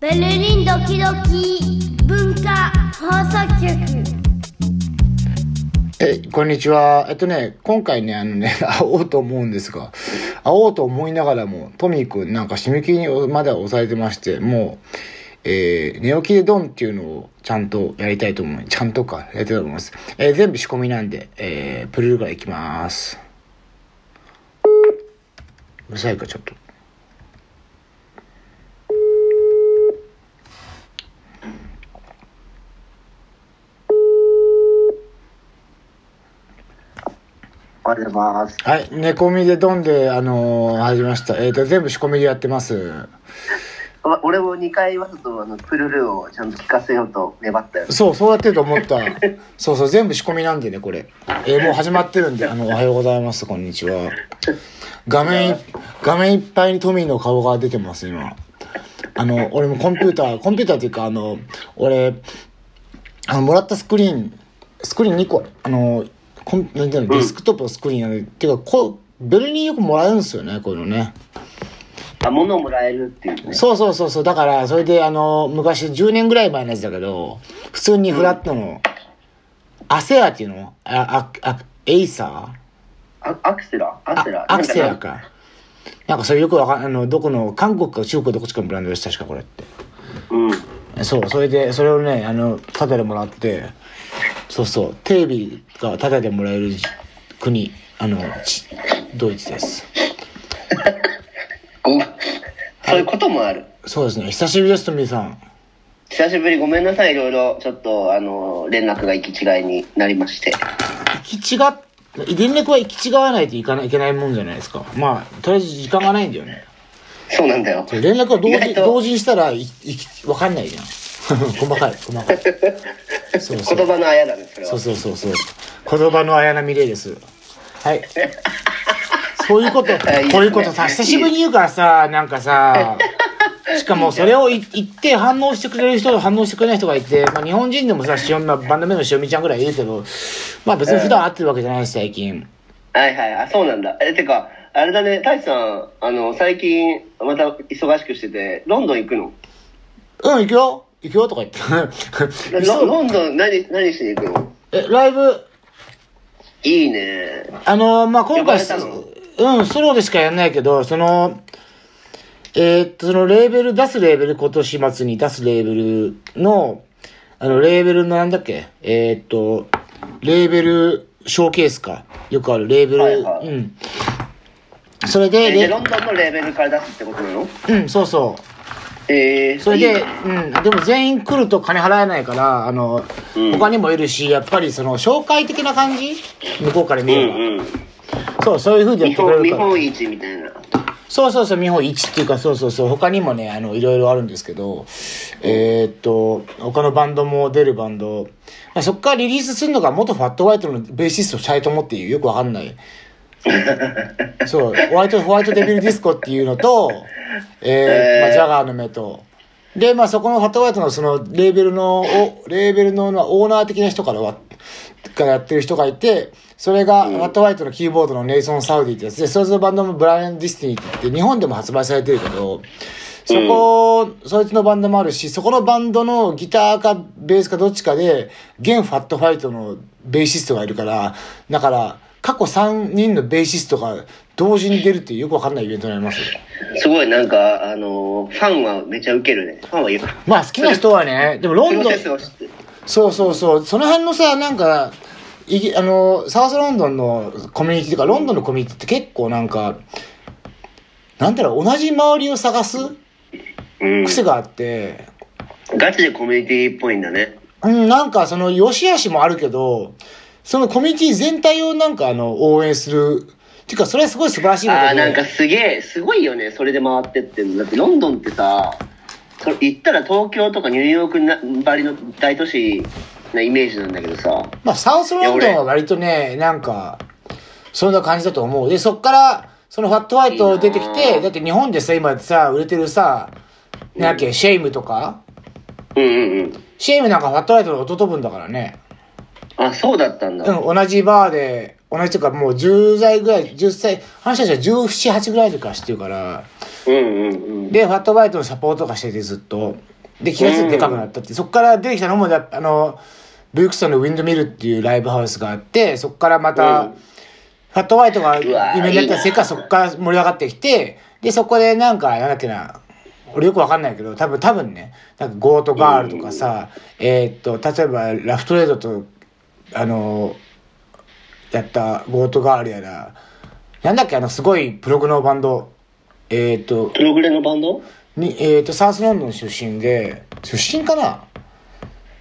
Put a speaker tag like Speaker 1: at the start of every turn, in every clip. Speaker 1: ベルリンドキドキ文化放送局
Speaker 2: え、こんにちは。えっとね、今回ね、あのね、 会おうと思うんですが、会おうと思いながらも、トミーくんなんか締め切りをまだ抑えてまして、もう、えー、寝起きでドンっていうのをちゃんとやりたいと思う。ちゃんとか、やりたいと思います。えー全部仕込みなんで、えー、プルルからいきます。うるさいか、ちょっと。
Speaker 3: おはようございます。
Speaker 2: はい、寝込みでドンで、あのー始めました。えっ、と、全部仕込みでやってます。
Speaker 3: お俺も2回わざとあのプルルをちゃんと聞かせようと粘ったよ。
Speaker 2: そう、そうやってると思った。そうそう、全部仕込みなんでね、これ。えーもう始まってるんで、あの、おはようございます、こんにちは。画面い、画面いっぱいにトミーの顔が出てます、今。あの、俺もコンピューター、コンピューターっていうか、あの、俺、あの、もらったスクリーン、スクリーン2個、あの、コンなんていうの、デスクトップのスクリーンなんで、っていうか、こう、ベルリンよくもらえるんですよね、こういうのね。
Speaker 3: あ、物をもらえるっていうね。
Speaker 2: そうそうそうそう。だから、それで、あの、昔、10年ぐらい前のやつだけど、普通にフラットの、アセアっていうのあ、あ、あ、エイサ
Speaker 3: あアクセラア
Speaker 2: ー
Speaker 3: クセラ
Speaker 2: あアクセ
Speaker 3: な
Speaker 2: ラ
Speaker 3: んか
Speaker 2: か。なんかそれよくわかんあの、どこの、韓国か中国かどこっちかのブランドです、確かこれって。
Speaker 3: うん。
Speaker 2: そう、それで、それをね、あの、タダでもらって、そうそう、テレビがタダでもらえる国、あの、ちドイツです。
Speaker 3: ごそういうこともある。
Speaker 2: そうですね、久しぶりです、トミーさん。
Speaker 3: 久しぶりごめんなさい、いろいろ。ちょっと、あの、連絡が行き違いになりまして。
Speaker 2: 行き違っ連絡は行き違わないといかないいけないもんじゃないですかまあとりあえず時間がないんだよね
Speaker 3: そうなんだよ。
Speaker 2: 連絡を同
Speaker 3: 意
Speaker 2: 時
Speaker 3: 外と
Speaker 2: 同時にしたらいい分かんないじゃん 細かい細かいそうそう
Speaker 3: 言葉のあやだね、それは。
Speaker 2: そうそうそうそう言葉の綾波レイですはいそういう こと、
Speaker 3: いいですね
Speaker 2: こういうことさ久しぶりに言うからさなんかさしかもそれをい言って反応してくれる人と反応してくれない人がいて、まあ、日本人でもさしおまあバンド名のしおみちゃんぐらいいるけどまあ別に普段会ってるわけじゃないし最近
Speaker 3: はいはい。あ、そうなんだ。え、てか、あれだね、大地さん、あの、最近、また忙しくしてて、ロンドン行くの
Speaker 2: うん、行くよ行くよとか言って。
Speaker 3: ロロンドン何、何しに行くの
Speaker 2: え、ライブ、
Speaker 3: いいね。
Speaker 2: あのーまあ、今回
Speaker 3: 呼ばれたの、
Speaker 2: うん、ソロでしかやんないけど、その、えーっと、そのレーベル、出すレーベル、今年末に出すレーベルの、あの、レーベルのなんだっけえーっと、レーベルショーケースか。よくあるレーベル、
Speaker 3: はいはい
Speaker 2: うん。それで、
Speaker 3: えで
Speaker 2: レ
Speaker 3: ロンドンのレーベルから出すってことなの
Speaker 2: うん、そうそう。
Speaker 3: えー、
Speaker 2: それ
Speaker 3: いい
Speaker 2: で、
Speaker 3: ね
Speaker 2: うん、でも全員来ると金払えないから、あの、
Speaker 3: うん
Speaker 2: 他にもいるし、やっぱりその、紹介的な感じ向こうから見
Speaker 3: う
Speaker 2: れば。
Speaker 3: んうん
Speaker 2: そう、そういう風にやっ
Speaker 3: 日
Speaker 2: てくれ
Speaker 3: 本
Speaker 2: る
Speaker 3: 日
Speaker 2: から。
Speaker 3: 本一みたいな
Speaker 2: そうそうそう、見本1っていうか、そうそうそう、他にもね、あの、いろいろあるんですけど、えーっと、他のバンドも出るバンド、まあ、そっからリリースするのが元ファットホワイトのベーシストシャイトモっていう、よくわかんない。そう、ホワイト、ホワイトデビルディスコっていうのと、えー
Speaker 3: えー
Speaker 2: まあ、ジャガーの目と、で、まあ、そこのファットホワイトのその、レーベルの、おレーベルのまあオーナー的な人からは、からやってる人がいて、それが、ファットホワイトのキーボードのネイソン・サウディってやつで、それぞれのバンドもブライアン・ディスティニーって言って、日本でも発売されてるけど、そこ、そいつのバンドもあるし、そこのバンドのギターかベースかどっちかで、現ファットファイトのベーシストがいるから、だから、過去3人のベーシストが同時に出るっていうよくわかんないイベントになりますよ。
Speaker 3: すごいなんかあのーファンはめちゃウケるねファンはよく
Speaker 2: まあ好きな人はね、でもロ
Speaker 3: プ
Speaker 2: ン
Speaker 3: ロ
Speaker 2: ドン
Speaker 3: セ、スを知って
Speaker 2: そうそうそう。その辺のさ、なんか、いぎあの、サウスロンドンのコミュニティとか、ロンドンのコミュニティって結構なんか、なんだろう、同じ周りを探す
Speaker 3: うん
Speaker 2: 癖があって、
Speaker 3: ガチでコミュニティっぽいんだね
Speaker 2: うん、なんかその、良し悪しもあるけど、そのコミュニティ全体をなんかあの、応援する。っていうか、それはすごい素晴らしいことで。
Speaker 3: あーなんかすげえすごいよねそれで回ってってんのだってロンドンってさそ行ったら東京とかニューヨークなばりの大都市なイメージなんだけどさ
Speaker 2: まあ、サウスロン
Speaker 3: い
Speaker 2: ド
Speaker 3: や
Speaker 2: ン
Speaker 3: 俺
Speaker 2: は割とね、なんか、そんな感じだと思う。で、そっから、そのファットワイト出てき
Speaker 3: いいな
Speaker 2: て、
Speaker 3: あ
Speaker 2: だって日本でさ、今さ、売れてるさ、なんだっけ、シェイムとか、
Speaker 3: うんうんうん
Speaker 2: シェイムなんかファットワイトの弟分だからね。
Speaker 3: あそうだったんだ、
Speaker 2: うん、同じバーで、同じ人がもう10歳ぐらい、10歳、あの人たちは17、8ぐらいの時から知ってるから、
Speaker 3: うんうんうん。
Speaker 2: で、ファットバイトのサポートとかしててずっと。で、気がついてでかくなったって。そっから出てきたのも、だあの、ルークソンのウィンドミルっていうライブハウスがあって、そっからまた、
Speaker 3: うん
Speaker 2: ファットバイトが
Speaker 3: うわー
Speaker 2: 夢になったせいか、そっから盛り上がってきて、で、そこでなんか、なんだっけな、俺よくわかんないけど、多分、多分ね、なんかゴートガールとかさ、えーっと、例えばラフトレードと、あの、やったゴートガールやら、なんだっけ、あの、すごいブログのバンド、えーっと、
Speaker 3: プログレのバンド
Speaker 2: に、えー、とサウスロンドン出身で出身かな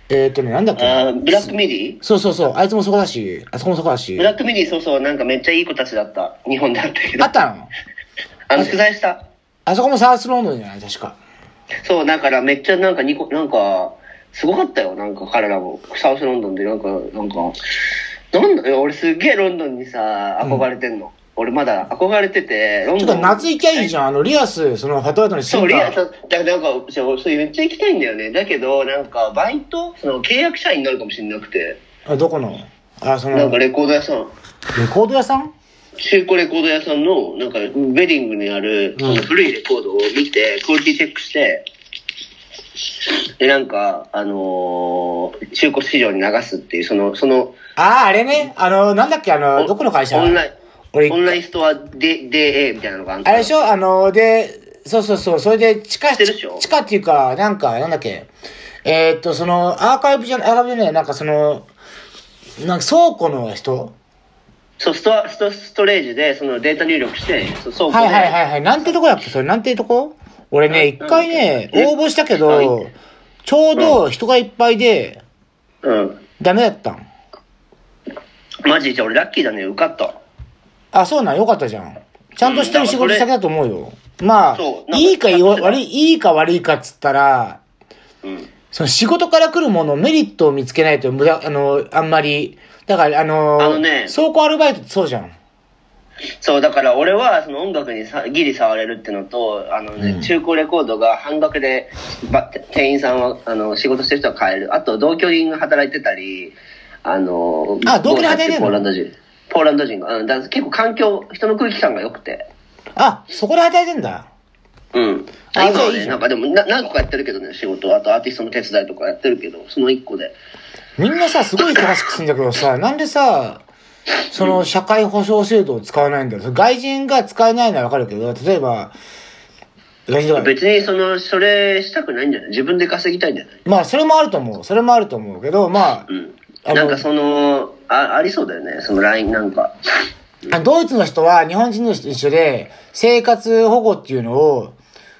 Speaker 2: えっ、ー、とねなんだっけ
Speaker 3: あ
Speaker 2: な
Speaker 3: ーブラックミディ
Speaker 2: そうそうそうあいつもそこだしあそこもそこだし
Speaker 3: ブラックミディそうそう、なんかめっちゃいい子たちだった。日本であったけど。
Speaker 2: あったの
Speaker 3: あの、取材した。
Speaker 2: あそこもサウスロンドンじゃない確か
Speaker 3: そう、だからめっちゃなんかニコ、なんか、すごかったよ。なんか彼らも。サウスロンドンで、なんか、なんか、なんだ、え俺すっげえロンドンにさ、憧れてんの。俺まだ憧れてて、ロン
Speaker 2: ちょ
Speaker 3: ド
Speaker 2: っ
Speaker 3: ン。
Speaker 2: と夏行きゃいいじゃんあのリアスそのファトワートに住
Speaker 3: そう、
Speaker 2: ん
Speaker 3: リア
Speaker 2: だ
Speaker 3: さ、だなんか、そう、そうめっちゃ行きたいんだよね。だけど、なんか、バイト、その、契約社員になるかもしれなくて、
Speaker 2: あどこのあその
Speaker 3: なんか
Speaker 2: レ
Speaker 3: レコード屋さん、
Speaker 2: コード屋さん
Speaker 3: 中古レコード屋さんの、なんか、ベリングにある、その古いレコードを見て、クオリティチェックして、で、なんか、あのー中古市場に流すっていう、その、その、
Speaker 2: あああれねあのなんだっけあの
Speaker 3: お
Speaker 2: どこの会社
Speaker 3: オンライ
Speaker 2: 俺
Speaker 3: ン、オンラインストア D- DA みたいなのがある
Speaker 2: あれでしょあの、で、そうそうそう、それで地下、
Speaker 3: 知ってるでしょ
Speaker 2: 地下っていうか、なんか、なんだっけ、えーっと、その、アーカイブじゃ、アーカイブじゃない、なんかその、なんか倉庫の人
Speaker 3: そう、ストア、スト、ストレージで、そのデータ入力して、そう、倉庫で
Speaker 2: はいはいはいはい。なんてとこだっけそれ、なんてとこ俺ね、一回ね、
Speaker 3: うん
Speaker 2: 応募したけ
Speaker 3: は
Speaker 2: ど、ちょうど人がいっぱいで、
Speaker 3: うん。
Speaker 2: ダメだったん。
Speaker 3: マジじゃあ俺ラッキーだね受かった
Speaker 2: あ、そうなん、よかったじゃん。ちゃんとしてる仕事先だと思うよ。まあ
Speaker 3: そう、なんか
Speaker 2: いいかいいわ悪い、いいか悪いかっつったら、
Speaker 3: うん
Speaker 2: その仕事から来るもの、メリットを見つけないと無駄、あの、あんまり。だから、あの、
Speaker 3: あのね
Speaker 2: 倉庫アルバイトってそうじゃん。
Speaker 3: そうだから俺はその音楽にさギリ触れるってのとあの、ね
Speaker 2: うん
Speaker 3: 中古レコードが半額でば店員さんはあの仕事してる人は買えるあと同居人が働いてたりあの
Speaker 2: あ同居で働いてんの
Speaker 3: ポーランド人ポーランド人が、うん、だから結構環境人の空気感が良くて
Speaker 2: あ、そこで働いてんだ。
Speaker 3: うん
Speaker 2: あ
Speaker 3: 今
Speaker 2: じゃあ
Speaker 3: はい
Speaker 2: いじ
Speaker 3: ね
Speaker 2: ゃん
Speaker 3: なんかでもな何個かやってるけどね仕事あとアーティストの手伝いとかやってるけどその一個で
Speaker 2: みんなさ、すごい忙しくすんだけどさ、 なんでさ、その社会保障制度を使わないんだろう。外人が使えないのはわかるけど、例えば、外人とか、
Speaker 3: 別にそのそれしたくないんじゃない自分で稼ぎたいんじゃない
Speaker 2: まあ、それもあると思う。それもあると思うけど、ま
Speaker 3: うん
Speaker 2: あの
Speaker 3: なんかそのあありそうだよねそのラインなんか
Speaker 2: あ、ドイツの人は日本人の人と一緒で、生活保護っていうのを、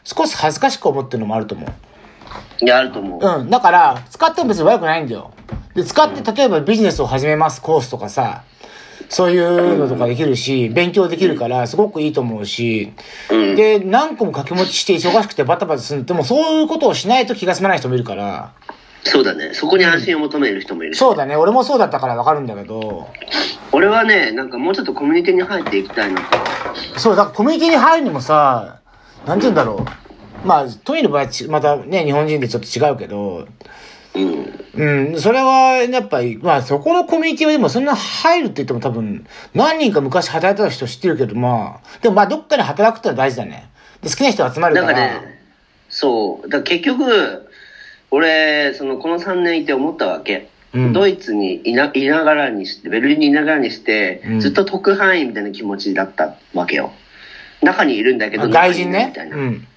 Speaker 2: 少し恥ずかしく思ってるのもあると思う。
Speaker 3: いやあると思う、
Speaker 2: うん。だから、使っても別に悪くないんだよ。で、使って、例えばビジネスを始めますコースとかさ、そういうのとかできるし、勉強できるから、すごくいいと思うし、
Speaker 3: うん
Speaker 2: で、何個も掛け持ちして忙しくてバタバタするでもそういうことをしないと気が済まない人もいるから、
Speaker 3: そうだねそこに安心を求める人もいるし、
Speaker 2: そうだね、俺もそうだったからわかるんだけど、
Speaker 3: 俺はねなんかもうちょっとコミュニティに入っていきたいなと
Speaker 2: そう、だからコミュニティに入るにもさ、なんて言うんだろう。まあ、トイレの場合ちまたね、日本人でちょっと違うけど、
Speaker 3: うん
Speaker 2: うん、それは、やっぱり、まあ、そこのコミュニティはでも、そんな入るって言っても多分、何人か昔働いてた人知ってるけど、まあ、でもまあ、どっかで働くってのは大事だね。で、好きな人集まる
Speaker 3: な
Speaker 2: か。
Speaker 3: んからねそうだから結局俺そのこの3年いて思ったわけ、
Speaker 2: うん
Speaker 3: ドイツにいないながらにしてベルリンにいながらにして、
Speaker 2: うん
Speaker 3: ずっと特派員みたいな気持ちだったわけよ中にいるんだけど
Speaker 2: あ外人
Speaker 3: 中にいない
Speaker 2: ね
Speaker 3: みたい。な、
Speaker 2: うん。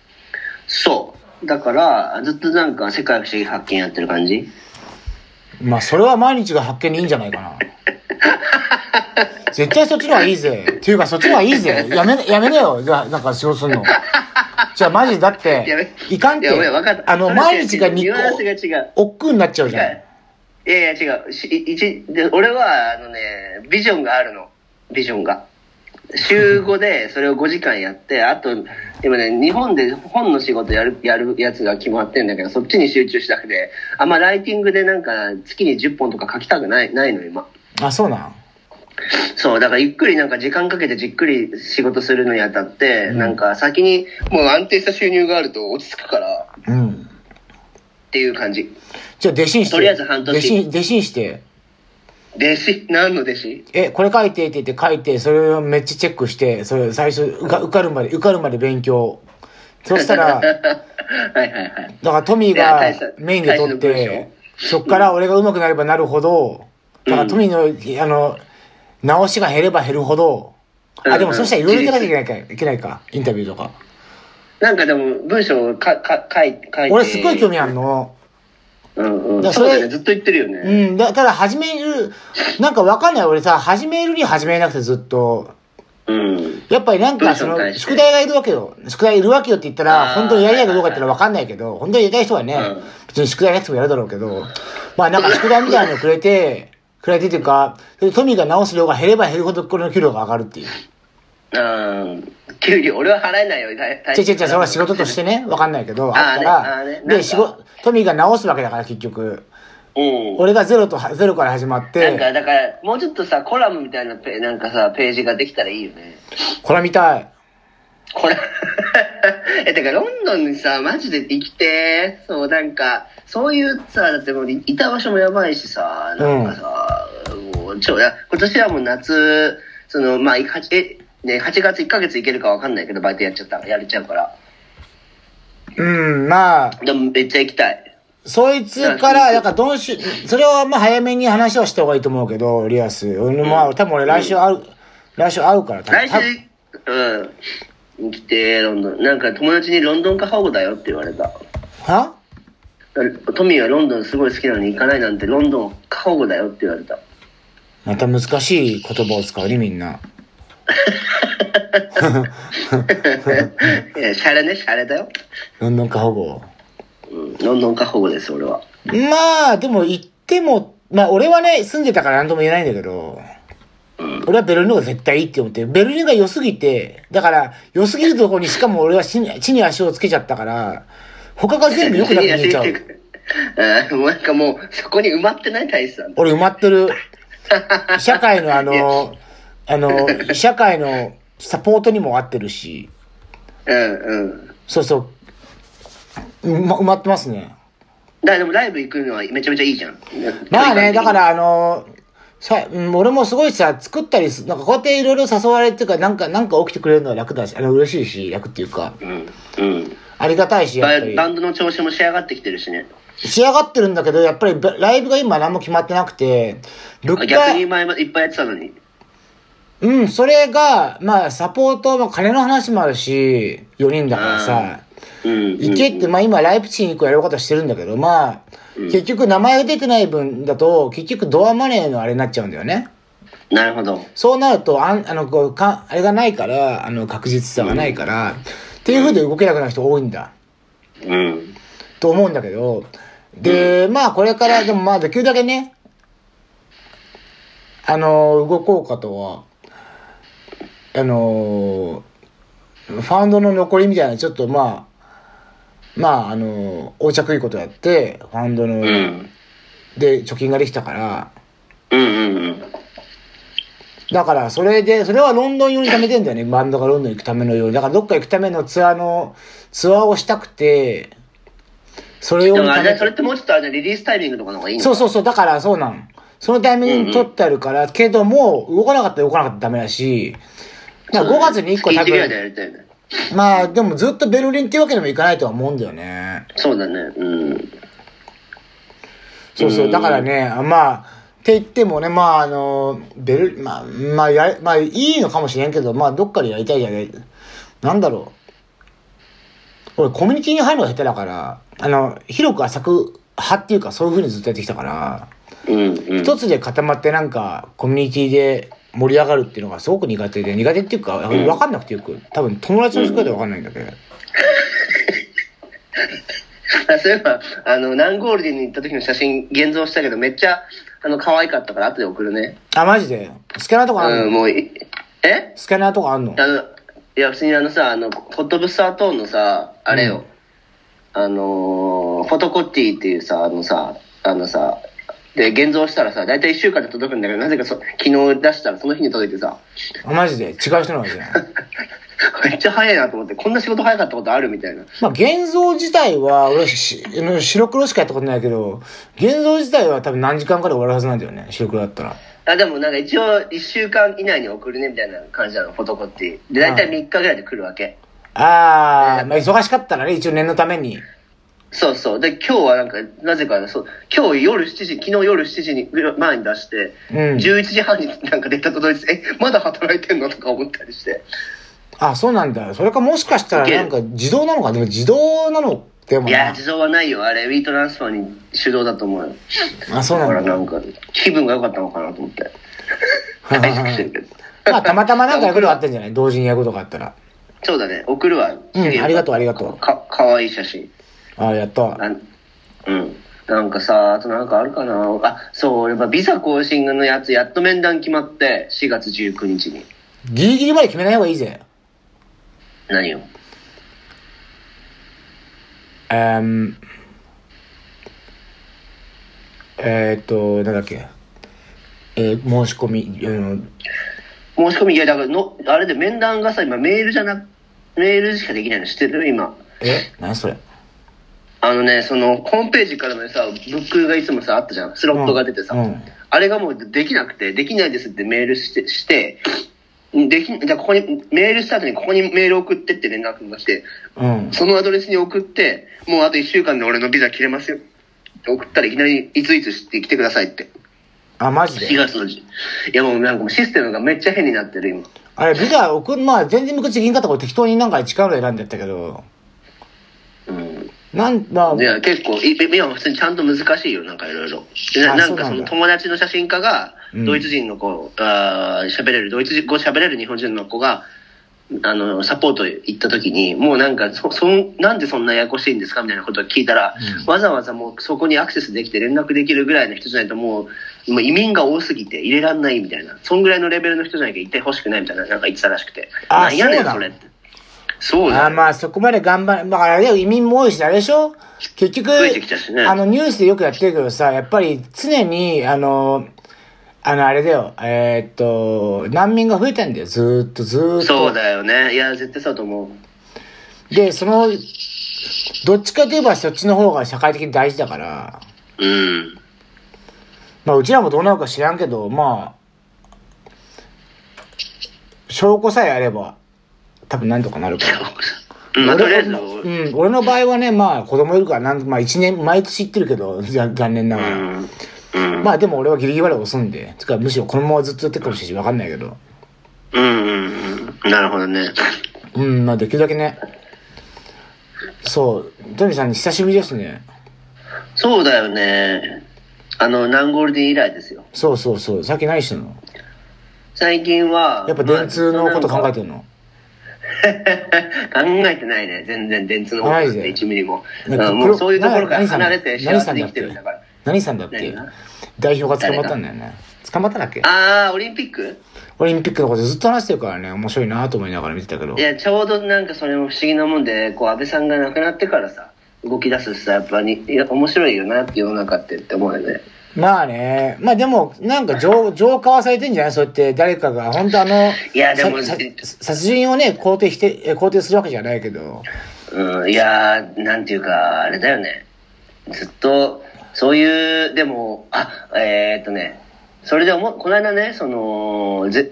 Speaker 3: そうだからずっとなんか世界不思議発見やってる感じ
Speaker 2: まあ、それは毎日が発見でいいんじゃないかな。 絶対そっちの方がいいぜ。っていうか、そっちの方がいいぜ。やめ、やめなよ。じゃあ、なんか仕事すんの。じゃあ、マジだっ
Speaker 3: やめ
Speaker 2: て、いかんっ
Speaker 3: いやごめ
Speaker 2: て
Speaker 3: ん分かっ、た
Speaker 2: あの、
Speaker 3: それは違う
Speaker 2: 毎日が
Speaker 3: ニ
Speaker 2: 日
Speaker 3: ュアンスが
Speaker 2: 光、
Speaker 3: 違う
Speaker 2: 億劫になっちゃう
Speaker 3: 違
Speaker 2: じゃん
Speaker 3: う。いやいや違うしい一で俺はあのねビジョンがあるのビジョンが週5でそれを5時間やってあと今ね日本で本の仕事やるやるやつが決まってんだけどそっちに集中したくてあんまライティングでなんか月に10本とか書きたくないないの今
Speaker 2: あ、そうなん。
Speaker 3: そう、だからゆっくりなんか時間かけてじっくり仕事するのにあたって、なんか先にもう安定した収入があると落ち着くからっ
Speaker 2: うん。
Speaker 3: ていう感じ。
Speaker 2: じゃあ弟子にして。
Speaker 3: とりあえず半年
Speaker 2: 弟子に、弟子にして。
Speaker 3: 弟子何の弟子
Speaker 2: え、これ書いてって言って書いて、それをめっちゃチェックして、それ最初受か受かるまで、受かるまで勉強。そした ら、だ
Speaker 3: はいはいはい。
Speaker 2: からトミー
Speaker 3: いや
Speaker 2: が
Speaker 3: 大した
Speaker 2: メインで取っ
Speaker 3: 大した文
Speaker 2: て、そっから俺が上手くなればなるほど、だからトミーの、あの、直しが減れば減るほど、あ、でもそしたらいろいろ行かなきゃいけないか、いけないか、インタビューとか。
Speaker 3: なんかでも文章をかか書い書いて。
Speaker 2: 俺すっごい興味あるの。
Speaker 3: うんうん。
Speaker 2: だか
Speaker 3: そ
Speaker 2: ら
Speaker 3: う
Speaker 2: それ
Speaker 3: だね。ずっと言ってるよ
Speaker 2: う
Speaker 3: ね。
Speaker 2: ん、だただ始める、なんかわかんない俺さ、始めるに始めなくてずっと、
Speaker 3: うん。
Speaker 2: やっぱりなんかそ
Speaker 3: 文章に
Speaker 2: の、
Speaker 3: 対して
Speaker 2: 宿題がいるわけよ。宿題いるわけよって言ったら、
Speaker 3: あー
Speaker 2: 本当にやりたいかどうかってのは分かんないけど、本当にやりたい人はね、
Speaker 3: うん
Speaker 2: 別に宿題なくてもやるだろうけど、まあなんか宿題みたいなのをくれて、くれてっていうか、それでトミーが直す量が減れば減るほどこの給料が上がるっていう。
Speaker 3: うん。給料、俺は払えないよ。大大
Speaker 2: ちょいちょいちょい、それは仕事としてね、分かんないけど、
Speaker 3: あー
Speaker 2: あったら、
Speaker 3: あーねなん
Speaker 2: で、
Speaker 3: か
Speaker 2: 仕事、トミーが直すわけだから結局、
Speaker 3: うん。
Speaker 2: 俺がゼロと、ゼロから始まっ
Speaker 3: なんか、
Speaker 2: て、
Speaker 3: だから、もうちょっとさ、コラムみたいなペ、なんかさ、ページができたらいいよね。
Speaker 2: これ見たい。
Speaker 3: これ、 え、だからロンドンにさ、マジで行きてーそう、なんか、そういうさ、だってもういいた場所もやばいしさ、なんかさ、もう、ちょ、いや今年はもう夏、その、まあ、いはちえ、ね、8月1ヶ月行けるかわかんないけど、バイトやっちゃった、やれちゃうから。
Speaker 2: うん、まあ、
Speaker 3: でもめっちゃ行きたい。
Speaker 2: そいつから、だから、どうし、それはまあ早めに話はした方がいいと思うけど、リアス。俺もまあ、多分俺来週会う、来週会うから、多分
Speaker 3: 来週、うん、行きてーロンドン。なんか友達にロンドンか保護だよって言われた。
Speaker 2: は
Speaker 3: トミーはロンドンすごい好きなのに行かないなんてロンドン過保護だよって言われた。
Speaker 2: また難しい言葉を使うね、みんな。
Speaker 3: いや、シャレね、シャレだよ。
Speaker 2: ロンドン過保護。
Speaker 3: うん、ロンドン過保護です、俺は。
Speaker 2: まあ、でも行っても、まあ俺はね、住んでたから何とも言えないんだけど、俺はベルリンの方が絶対いいって思ってる。ベルリンが良すぎて、だから、良すぎるところにしかも俺は地に地に足をつけちゃったから、他が全部良くなく見 えちゃう。
Speaker 3: う。ん、もうなんかもう、そこに埋まってない大志さん。
Speaker 2: 俺埋まってる。社会のあの、あの、社会のサポートにも合ってるし、
Speaker 3: うんうん。
Speaker 2: そうそう、うま埋まってますね。
Speaker 3: だからでもライブ行くのはめちゃめちゃいいじゃん。
Speaker 2: まあね、だ
Speaker 3: 距離感的に
Speaker 2: からあの、さ、うん俺もすごいさ、作ったりす、なんかこうやっていろいろ誘われるっていうか、なんか、なんか起きてくれるのは楽だし、あの、嬉しいし、楽っていうか、
Speaker 3: うん。うん。
Speaker 2: ありがたいし、やっぱ
Speaker 3: ババ
Speaker 2: り。
Speaker 3: ンドの調子も仕上がってきてるしね。
Speaker 2: 仕上がってるんだけど、やっぱりライブが今何も決まってなくて、物
Speaker 3: あ
Speaker 2: 価、
Speaker 3: 逆に前もいっぱいやってたのに。
Speaker 2: うん、それが、まあ、サポートも金の話もあるし、4人だからさ、
Speaker 3: うん。
Speaker 2: 行けって、まあ今、ライプチヒに1個やろうかとしてるんだけど、まあ、結局名前が出てない分だと、結局ドアマネーのあれになっちゃうんだよね。
Speaker 3: なるほど。
Speaker 2: そうなると、あん、あの、こう、か、あれがないから、あの、確実さがないから、っていう風で動けなくなる人多いんだ、
Speaker 3: うん。
Speaker 2: と思うんだけど、で、まあこれから、でもまあできるだけね、あの、動こうかとは、あの、ファウンドの残りみたいな、ちょっとまあ、まああの、横着いいことやって、ファウンドの、
Speaker 3: うん。
Speaker 2: で貯金ができたから、
Speaker 3: うんうんうん。
Speaker 2: だから、それで、それはロンドン用に貯めてんだよね。バンドがロンドン行くためのように。だから、どっか行くためのツアーの、ツアーをしたくて、それ用
Speaker 3: で
Speaker 2: に
Speaker 3: もあ
Speaker 2: 貯
Speaker 3: れ
Speaker 2: め。
Speaker 3: ねそれっててもうちょっとあれねリリースタイミングとかの方がいいの
Speaker 2: そうそうそう、だからそうなん。そのタイミングに取ってあるから、けども、動かなかったら動かなかったらダメだし、だから5月に1個
Speaker 3: 月
Speaker 2: 多
Speaker 3: 一ぐらいで
Speaker 2: 分、
Speaker 3: やりたいよね。
Speaker 2: まあ、でもずっとベルリンっていうわけにもいかないとは思うんだよね。
Speaker 3: そうだね。うん。
Speaker 2: そうそうう、
Speaker 3: ん
Speaker 2: だからね、あまあ、って言ってもね、まあ、あの、ベル、まあ、まあ、やれ、まあ、いいのかもしれんけど、まあ、どっかでやりたいじゃない。なんだろう。俺、コミュニティに入るのが下手だから、あの、広く浅く派っていうか、そういう風にずっとやってきたから、
Speaker 3: うんうん。
Speaker 2: 一つで固まってなんか、コミュニティで盛り上がるっていうのがすごく苦手で、苦手っていうか、分かんなくてよく、多分友達の作りで分かんないんだけど。
Speaker 3: あ そういえば、あの、ナンゴールデンに行った時の写真、現像したけど、めっちゃ、あの、可愛かったから、後で送るね。
Speaker 2: あ、マジでスキャナーとかあん
Speaker 3: う
Speaker 2: の、
Speaker 3: ん、もうい、え
Speaker 2: スキャナーとかあんの
Speaker 3: あの、いや、普通にあのさ、あの、ホットブスタートーンのさ、あれよ、あのー、フォトコッティっていうさ、あのさ、あのさ、で、現像したらさ、だいたい1週間で届くんだけど、なぜかそ昨日出したらその日に届いてさ、
Speaker 2: あ、マジで違う人なんですね。
Speaker 3: めっちゃ早いなと思って、こんな仕事早かったことあるみたいな。
Speaker 2: まあ、現像自体は、俺し、あの白黒しかやったことないけど、現像自体は多分何時間かで終わるはずなんだよね、白黒だったら。
Speaker 3: あでもなんか一応1週間以内に送るねみたいな感じなの、フォトコピー。で、大体
Speaker 2: は
Speaker 3: 3日ぐらいで来るわけ。
Speaker 2: ああ、まあ、忙しかったらね、一応念のために。
Speaker 3: そうそう。で、今日はなんか、なぜか、そう、今日夜7時、昨日夜7時に、前に出して、
Speaker 2: うん
Speaker 3: 11時半になんか出たことです。え、まだ働いてんのとか思ったりして。
Speaker 2: あ、そうなんだ。それかもしかしたらなんか自動なのか、でも自動なのでも
Speaker 3: いや、
Speaker 2: な
Speaker 3: 自。動はないよ。あれ、ウィートランスファーに手動だと思うよ。
Speaker 2: あ、そう
Speaker 3: だか
Speaker 2: な
Speaker 3: ら
Speaker 2: ん
Speaker 3: な
Speaker 2: だ
Speaker 3: ん。か、気分が良かったのかなと思って。大好きしてるけど。
Speaker 2: まあ、たまたまなんかやることあったんじゃない同時にやることがあったら。
Speaker 3: そうだね、送るわ。
Speaker 2: うん、ありがとう、ありがとう。
Speaker 3: か、かわいい写真。
Speaker 2: あやった。
Speaker 3: なんうん。なんかさ、あとなんかあるかなあ、そう、俺やっぱビザ更新のやつ、やっと面談決まって、4月19日に。
Speaker 2: ギリギリまで決めない方がいいぜ。
Speaker 3: 何を
Speaker 2: えーん、えーっと、なんだっけ。えー申し込み、うん、
Speaker 3: 申し込み、いや、だからの、あれで面談がさ、今メールじゃな、メールしかできないの知ってる今。
Speaker 2: え何それ
Speaker 3: あのね、その、ホームページからのさ、ブックがいつもさ、あったじゃん。スロットが出てさ。
Speaker 2: うんうん
Speaker 3: あれがもうできなくて、できないですってメールして、して、でき、じゃあここに、メールした後にここにメール送ってって連絡が来て、
Speaker 2: うん。
Speaker 3: そのアドレスに送って、もうあと1週間で俺のビザ切れますよ。送ったらいきなり、いついつして来てくださいって。
Speaker 2: あ、マジ
Speaker 3: 4
Speaker 2: で。
Speaker 3: 月の時。いやもうなんかもうシステムがめっちゃ変になってる今。
Speaker 2: あれ、ビザ送ん、まあ、全然無口できんかったから適当になんか違うの選んでやったけど、
Speaker 3: うん。
Speaker 2: なん、まあ、
Speaker 3: いや結構、い今は普通にちゃんと難しいよ、なんかいろいろ。でな
Speaker 2: あ
Speaker 3: な
Speaker 2: そ
Speaker 3: ん
Speaker 2: う
Speaker 3: か
Speaker 2: な
Speaker 3: そ
Speaker 2: んだ
Speaker 3: の友達の写真家が、
Speaker 2: うん
Speaker 3: ドイツ人の子、あー喋れる、ドイツ語喋れる日本人の子が、あの、サポート行った時に、もうなんか、そ、そん、なんでそんなややこしいんですかみたいなことを聞いたら、
Speaker 2: うん
Speaker 3: わざわざもうそこにアクセスできて連絡できるぐらいの人じゃないともう、もう移民が多すぎて入れらんないみたいな、そんぐらいのレベルの人じゃなきゃいてほしくないみたいな、なんか言ってたらしくて。
Speaker 2: あ
Speaker 3: なんや
Speaker 2: そ
Speaker 3: ね、
Speaker 2: うんだ
Speaker 3: それって。そうだ
Speaker 2: あ
Speaker 3: ね、
Speaker 2: まあそこまで頑張る、まあ、あれだよ移民も多いし、あれでしょ結局、
Speaker 3: 増えてきたしね
Speaker 2: あのニュースでよくやってるけどさ、やっぱり常に、あの、あのあれだよ、えーっと、難民が増えてんだよ、ずーっとずーっと。
Speaker 3: そうだよね。いや、絶対そうだと思う。
Speaker 2: で、その、どっちかといえばそっちの方が社会的に大事だから、
Speaker 3: うん。
Speaker 2: まあうちらもどうなるか知らんけど、まあ、証拠さえあれば、多分なんとかなるから。
Speaker 3: うん まあ、とりあえず、
Speaker 2: 俺のうん、俺の場合はね、まあ子供いるから、なんまあ一年、毎年行ってるけど、ざ残念ながら。
Speaker 3: うん。うん。
Speaker 2: まあでも俺はギリギリまで遅いんで、つかむしろこのままずっとやってるかもしれないし、わかんないけど。
Speaker 3: うんうんうん。なるほどね。
Speaker 2: うん、まあできるだけね。そう、トミーさんに久しぶりですね。
Speaker 3: そうだよね。あの、ナンゴールディン以来ですよ。
Speaker 2: そうそうそう、さっき何してんの
Speaker 3: 最近は。
Speaker 2: やっぱ電通のこと考えて
Speaker 3: る
Speaker 2: んの
Speaker 3: 考えてないね。全然電通のこと
Speaker 2: マ
Speaker 3: な
Speaker 2: ジ
Speaker 3: ん
Speaker 2: で
Speaker 3: て1ミリも。う
Speaker 2: なんか
Speaker 3: んもうそういうところから
Speaker 2: 何さん
Speaker 3: 離れて幸
Speaker 2: 何さ
Speaker 3: せ
Speaker 2: ん
Speaker 3: に
Speaker 2: だっ
Speaker 3: 生きて
Speaker 2: け
Speaker 3: るんだから。
Speaker 2: 何さんだっけ
Speaker 3: 何が
Speaker 2: 代表が捕まったんだよね。捕まったんだっけ
Speaker 3: ああ、オリンピック
Speaker 2: オリンピックのことずっと話してるからね、面白いなと思いながら見てたけど
Speaker 3: い。や、ちょうどなんかそれも不思議なもんで、こう、安倍さんが亡くなってからさ、動き出すしさ、やっぱに、いや、面白いよなって世の中ってって思うよね。
Speaker 2: まあね、まあでも、なんか浄浄化はされてんじゃないそうやって誰かが、本当あの、
Speaker 3: いやでも
Speaker 2: ささ殺人をね、肯定して、え肯定するわけじゃないけど、
Speaker 3: うん、いやー、なんていうか、あれだよね。ずっと、そういう、でも、あ、えー、っとね、それで思う、この間ね、その、ぜ、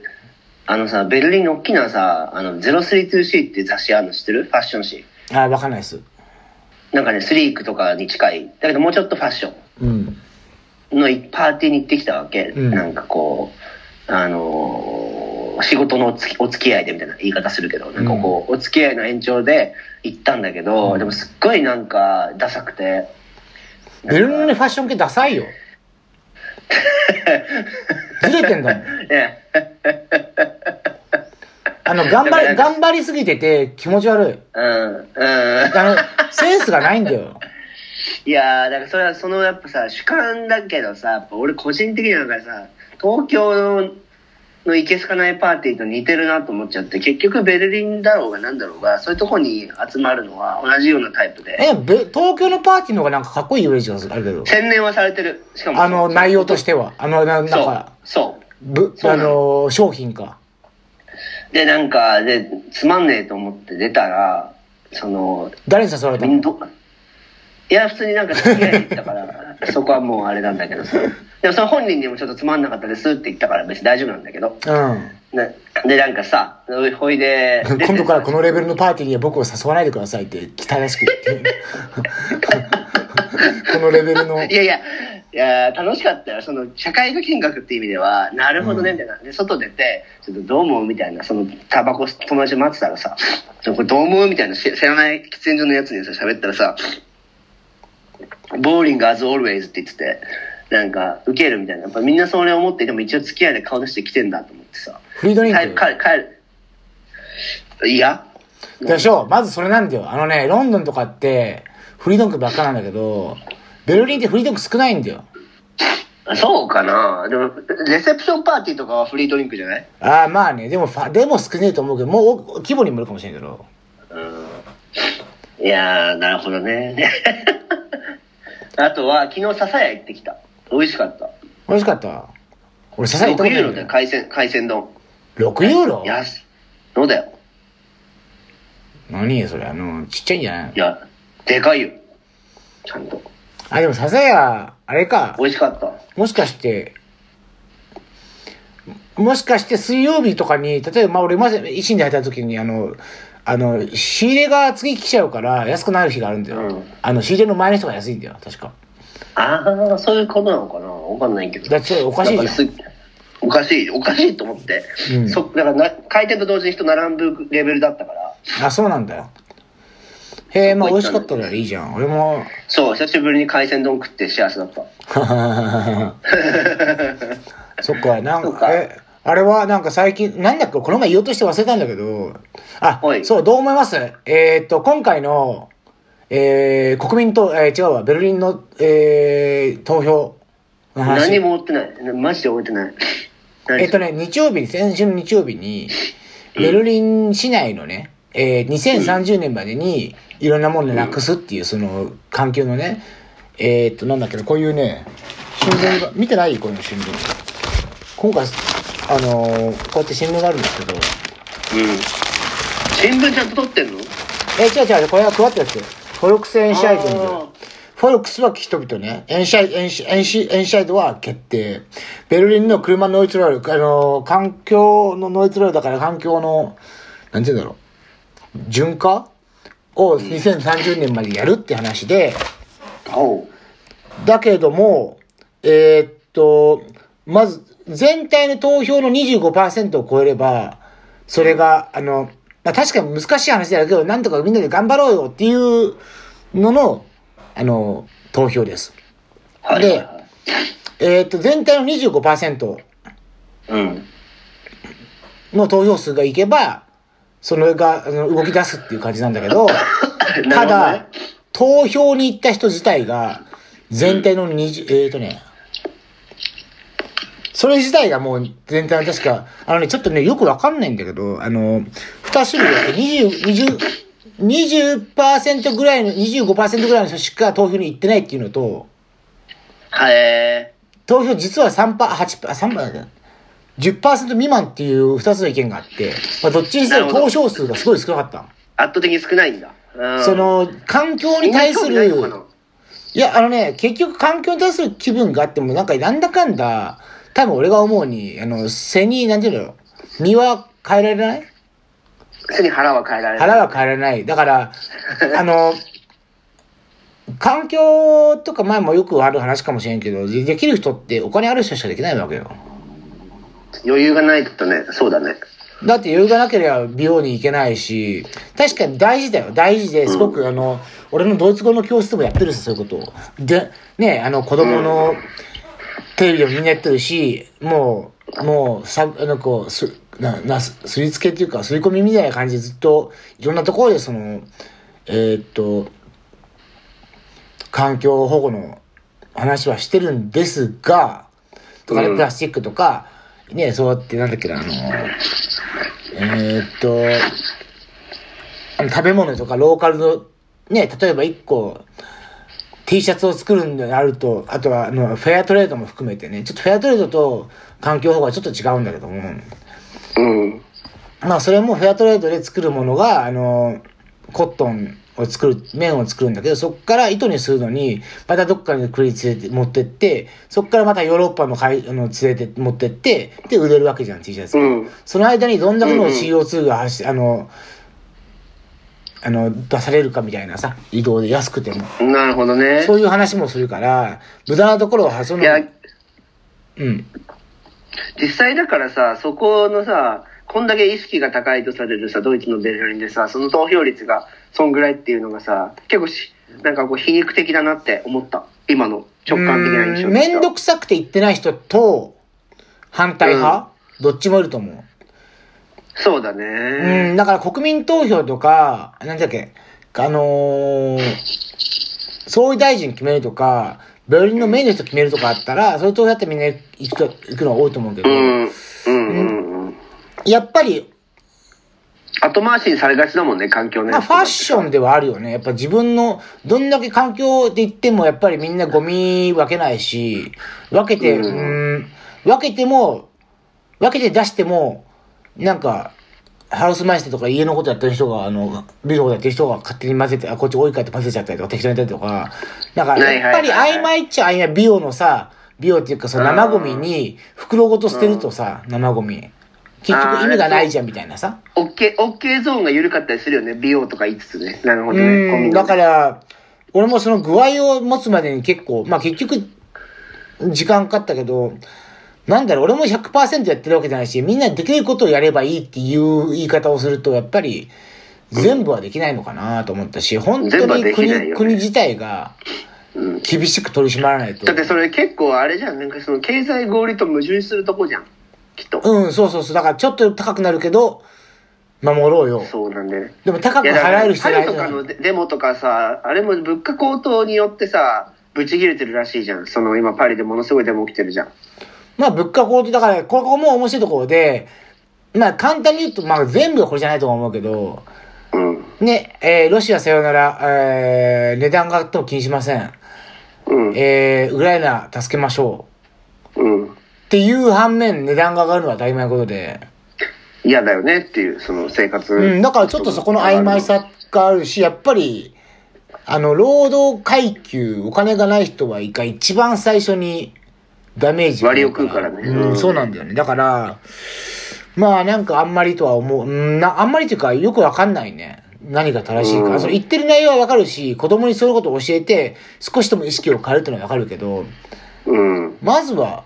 Speaker 3: あのさ、ベルリンの大きなさ、あの、032C っていう雑誌あるの知ってるファッション誌。
Speaker 2: ああ、わかんないです。
Speaker 3: なんかね、スリークとかに近い。だけどもうちょっとファッショ
Speaker 2: うん。
Speaker 3: ンのいパーティーに行ってきたわけ。
Speaker 2: うん
Speaker 3: なんかこう、あのー仕事のおつきお付き合いでみたいな言い方するけど、なんかこう、お付き合いの延長で行ったんだけど、
Speaker 2: うん
Speaker 3: でもすっごいなんか、ダサくて、
Speaker 2: ベルリンのファッション系ダサいよ。ずれてんだもん。
Speaker 3: ね、
Speaker 2: あの、頑張り、頑張りすぎてて気持ち悪い。
Speaker 3: うん、 うん。
Speaker 2: あの、センスがないんだよ。
Speaker 3: いやー、だからそれはそのやっぱさ、主観だけどさ、やっぱ俺個人的になんかさ、東京の、のいけすかないパーティーと似てるなと思っちゃって、結局ベルリンだろうがなんだろうが、そういうとこに集まるのは同じようなタイプで、
Speaker 2: え、べ東京のパーティーの方がなんかかっこいいイメージがあるけど。
Speaker 3: 洗練はされてる。しかも、
Speaker 2: あの、内容としては。あの、ななん
Speaker 3: そう
Speaker 2: か、
Speaker 3: そう。
Speaker 2: ぶ、
Speaker 3: そう
Speaker 2: あ
Speaker 3: なの
Speaker 2: の、商品か。
Speaker 3: で、なんか、で、つまんねえと思って出たら、その、
Speaker 2: 誰に誘われた
Speaker 3: みん
Speaker 2: の
Speaker 3: どいや、普通になんか付き合いに行ったから、 そこはもうあれなんだけどさ。でもその本人にもちょっとつまんなかったですって言ったから別に大丈夫なんだけど。
Speaker 2: うん。
Speaker 3: なで、なんかさ、ほいで、出て
Speaker 2: 今度からこのレベルのパーティーには僕を誘わないでくださいって汚しく言って このレベルの
Speaker 3: いやいや、いや楽しかったよ。その、社会科見学っていう意味では、なるほどね、みたいな。で、外出て、ちょっとどう思うみたいな、その、タバコ友達待ってたらさ、ちょこれどう思うみたいな、し知らない喫煙所のやつにさ、喋ったらさ、ボーリング as always って言ってて、なんか、受けるみたいな。やっぱみんなそれ思って、でも一応付き合いで顔出してきてんだと思ってさ。
Speaker 2: フリードリン
Speaker 3: 帰る、
Speaker 2: ク
Speaker 3: 帰る、帰る。いや、
Speaker 2: でしょまずそれなんだよあのねロンドンとかってフリードリンクばっかなんだけどベルリンってフリードリンク少ないんだよ
Speaker 3: そうかな。でも、レセプションパーティーとかはフリードリンクじゃない
Speaker 2: ああまあねでもファでも少ねえと思うけどもうお規模にもよるかもしれんけど
Speaker 3: うんいやー、なるほどね。 あとは、昨日、ささや行ってきた。美味しかった。
Speaker 2: 美味しかった俺ささやった
Speaker 3: 6
Speaker 2: こと
Speaker 3: ユーロ
Speaker 2: な
Speaker 3: で
Speaker 2: い
Speaker 3: 海鮮、海鮮丼。
Speaker 2: 6ユーロ
Speaker 3: 安い。そうだよ。
Speaker 2: 何よそれあのちっちゃいんじゃない
Speaker 3: いや、でかいよ。ちゃんと。
Speaker 2: あでもささやあれか
Speaker 3: 美味しかった。
Speaker 2: もしかして、もしかして水曜日とかに、例えば、まあ俺、まず維新で入った時に、あの、あの、仕入れが次来ちゃうから安くなる日があるんだよ。
Speaker 3: うん
Speaker 2: あの、仕入れの前の人が安いんだよ、確か。
Speaker 3: ああ、そういうことなのかなわかんないけど。
Speaker 2: だってそれおかしいじゃん
Speaker 3: なかすおかしい、おかしいと思って。
Speaker 2: うん
Speaker 3: そだからな、開店と同時に人並ぶレベルだったから。
Speaker 2: あ、そうなんだよ。へえ、まあ
Speaker 3: そ
Speaker 2: 美
Speaker 3: こ行
Speaker 2: 味
Speaker 3: っ
Speaker 2: し
Speaker 3: た
Speaker 2: かっ
Speaker 3: んだ
Speaker 2: たらいいじゃん。俺も、
Speaker 3: そう、久しぶりに海鮮丼食って幸せだった。
Speaker 2: そっか、な
Speaker 3: そ
Speaker 2: ん
Speaker 3: う
Speaker 2: か、
Speaker 3: か
Speaker 2: え、あれはなんか最近、なんだっけ、この前言おうとして忘れたんだけど、あ
Speaker 3: は、い
Speaker 2: そう、どう思いますえーっと、今回の、えー、国民と、えー、違うわ、ベルリンの、えー、投票の話。
Speaker 3: 何も追ってない。マジで追えてない。何
Speaker 2: えっとね、日曜日に、先週の日曜日に、ベルリン市内のね、えー2030年までに、いろんなものをなくすっていう、その、環境のね、えーっと、なんだっけな、こういうね、新聞が、見てないこの新聞。今回、あのーこうやって新聞があるんですけど、
Speaker 3: うん。新聞ちゃんと取ってんの
Speaker 2: えー違う違う、これは配ってるやつ。フォルクスエンシャイド
Speaker 3: あー
Speaker 2: の。フォルクスは人々ね、エンシャイ、エンシエンシ、エンシャイドは決定。ベルリンの車ノイズロール、あのー、環境のノイズロールだから環境の、なんて言うんだろう、循化を2030年までやるって話で、
Speaker 3: おう。
Speaker 2: だけども、えーっと、まず、全体の投票の25%を超えれば、それが、あの、まあ、確かに難しい話だけど、なんとかみんなで頑張ろうよっていうのの、あの、投票です。
Speaker 3: はいはいはい。
Speaker 2: えーっと、全体の25%
Speaker 3: うん。
Speaker 2: の投票数がいけば、それが、あの、動き出すっていう感じなんだけど、
Speaker 3: な
Speaker 2: た
Speaker 3: るほど
Speaker 2: だ
Speaker 3: ね、
Speaker 2: 投票に行った人自体が、全体の20、えーとね、それ自体がもう全体の確か、あのね、ちょっとね、よくわかんないんだけど、あの、2種類あって、20、20、20%ぐらいの、25%ぐらいの人しか投票に行ってないっていうのと、
Speaker 3: はい。
Speaker 2: 投票実は3%、8%、3%だっけな10%未満っていう2つの意見があって、まあ、どっちにせよ
Speaker 3: なるほど
Speaker 2: 投票数がすごい少なかったの。
Speaker 3: 圧倒的に少ないんだ。うん
Speaker 2: そ、の、環境に対す
Speaker 3: みんな興味ないのか
Speaker 2: る
Speaker 3: な、
Speaker 2: いや、あのね、結局環境に対する気分があっても、なんか、なんだかんだ、多分俺が思うに、あの、背に、なんていうの身は変えられない
Speaker 3: 背に腹は変えられない。
Speaker 2: 腹は変えられない。だ から、あの、環境とか前もよくある話かもしれんけど、でできる人ってお金ある人しかできないわけよ。
Speaker 3: 余裕がないとね、そうだね。
Speaker 2: だって余裕がなければ美容に行けないし、確かに大事だよ。大事ですごく、あの、俺のドイツ語の教室でもやってるし、そういうことを。で、ね、あの、子供のテレビでもみんなやってるし、もう、もう、さ、あの、こう、す、な、な、すすり付けっていうか、すり込みみたいな感じでずっと、いろんなところで、その、えーっと、環境保護の話はしてるんですが、とかね、
Speaker 3: うん
Speaker 2: プラスチックとか、ね、そうやって、なんだっけな、あの、えーっと、あの食べ物とかローカルの、ね、例えば1個、T シャツを作るんであると、あとはあのフェアトレードも含めてね、ちょっとフェアトレードと環境保護はちょっと違うんだけども、
Speaker 3: うん。
Speaker 2: まあそれもフェアトレードで作るものが、あの、コットンを作る、綿を作るんだけど、そこから糸にするのに、またどっかに国に連れて、持ってって、そこからまたヨーロッパの会、あの、連れて、持ってって、で売れるわけじゃん、T シャツ。
Speaker 3: うん。
Speaker 2: その間にどんだけの
Speaker 3: うんうん
Speaker 2: CO2 が発し、あの、あの、出されるかみたいなさ、移動で安くても。
Speaker 3: なるほどね。
Speaker 2: そういう話もするから、無駄なところは、その
Speaker 3: い、や、
Speaker 2: うん。
Speaker 3: 実際だからさ、そこのさ、こんだけ意識が高いとされるさ、ドイツのベルリンでさ、その投票率がそんぐらいっていうのがさ、結構し、なんかこう皮肉的だなって思った。今の直感的な印象
Speaker 2: う
Speaker 3: で
Speaker 2: ん
Speaker 3: した
Speaker 2: めんどくさくて言ってない人と、反対派、どっちもいると思う。
Speaker 3: そうだね。
Speaker 2: うん、だから国民投票とか、なんだっけ、あのー総理大臣決めるとか、病院のメインの人決めるとかあったら、そういう投票やってみんな行くと行くのは多いと思うけど、
Speaker 3: うん。うんうんうん。
Speaker 2: やっぱり、
Speaker 3: 後回しにされがちだもんね、環境ね。
Speaker 2: まあ、ファッションではあるよね。やっぱ自分の、どんだけ環境で言っても、やっぱりみんなゴミ分けないし、分けて、う
Speaker 3: うん
Speaker 2: ん、分けても、分けて出しても、なんか、ハウスマイスターとか家のことやってる人が、あの、ビルのことやってる人が勝手に混ぜて、あ、こっち多いからって混ぜちゃったりとか、適当にやったりとか、なんか、やっぱり
Speaker 3: はいはいはいはい
Speaker 2: 曖昧っちゃ曖昧、美容のさ、美容っていうか、その生ゴミに袋ごと捨てるとさ、生ゴミ。結局意味がないじゃんみたいなさ。
Speaker 3: オッケー、オッケーゾーンが緩かったりするよね、美容とか言いつつね。なるほどね。コン
Speaker 2: う
Speaker 3: ビ
Speaker 2: ん、
Speaker 3: ニ
Speaker 2: だから、俺もその具合を持つまでに結構、まあ結局、時間かかったけど、なんだろう、俺も100%やってるわけじゃないし、みんなできることをやればいいっていう言い方をすると、やっぱり、全部はできないのかなと思ったし、本当
Speaker 3: 全部は
Speaker 2: に
Speaker 3: でき
Speaker 2: 国,、
Speaker 3: ないよね
Speaker 2: 国自体が
Speaker 3: うん
Speaker 2: 厳しく取り締まらないと。
Speaker 3: だってそれ結構あれじゃん。なんかその経済合理と矛盾するとこじゃん。きっと。
Speaker 2: うん、そうそうそう。だからちょっと高くなるけど、守ろうよ。
Speaker 3: そうなんだよね。
Speaker 2: でも高
Speaker 3: い
Speaker 2: く
Speaker 3: やだか
Speaker 2: 払え
Speaker 3: ら
Speaker 2: る人
Speaker 3: 春
Speaker 2: い
Speaker 3: と
Speaker 2: じゃ
Speaker 3: か
Speaker 2: ん
Speaker 3: のデデモとかさ、あれも物価高騰によってさ、ブチ切れてるらしいじゃん。その今パリでものすごいデモ起きてるじゃん。
Speaker 2: まあ物価高騰だから、ここも面白いところで、まあ簡単に言うと、まあ全部はこれじゃないと思うけど、
Speaker 3: うん。
Speaker 2: ね、えーロシアさよなら、えー値段が上がっても気にしません。
Speaker 3: うん。
Speaker 2: えーウクライナ助けましょ
Speaker 3: うん。
Speaker 2: う。っていう反面、値段が上がるのは当たり前のことで。
Speaker 3: 嫌だよねっていう、その生活。
Speaker 2: うん、だからちょっとそこの曖昧。さがあるし、やっぱり、あの、労働階級、お金がない人は一回一番最初にダメージ
Speaker 3: 割を食うからね
Speaker 2: う、
Speaker 3: うんん
Speaker 2: そうなんだよね。だから、まあなんかあんまりとは思う、うん、なあんまりというかよくわかんないね。何が正しいか。
Speaker 3: うん
Speaker 2: そう言ってる内容はわかるし、子供にそういうことを教えて、少しでも意識を変えるっていうのはわかるけど、
Speaker 3: うん。
Speaker 2: まずは、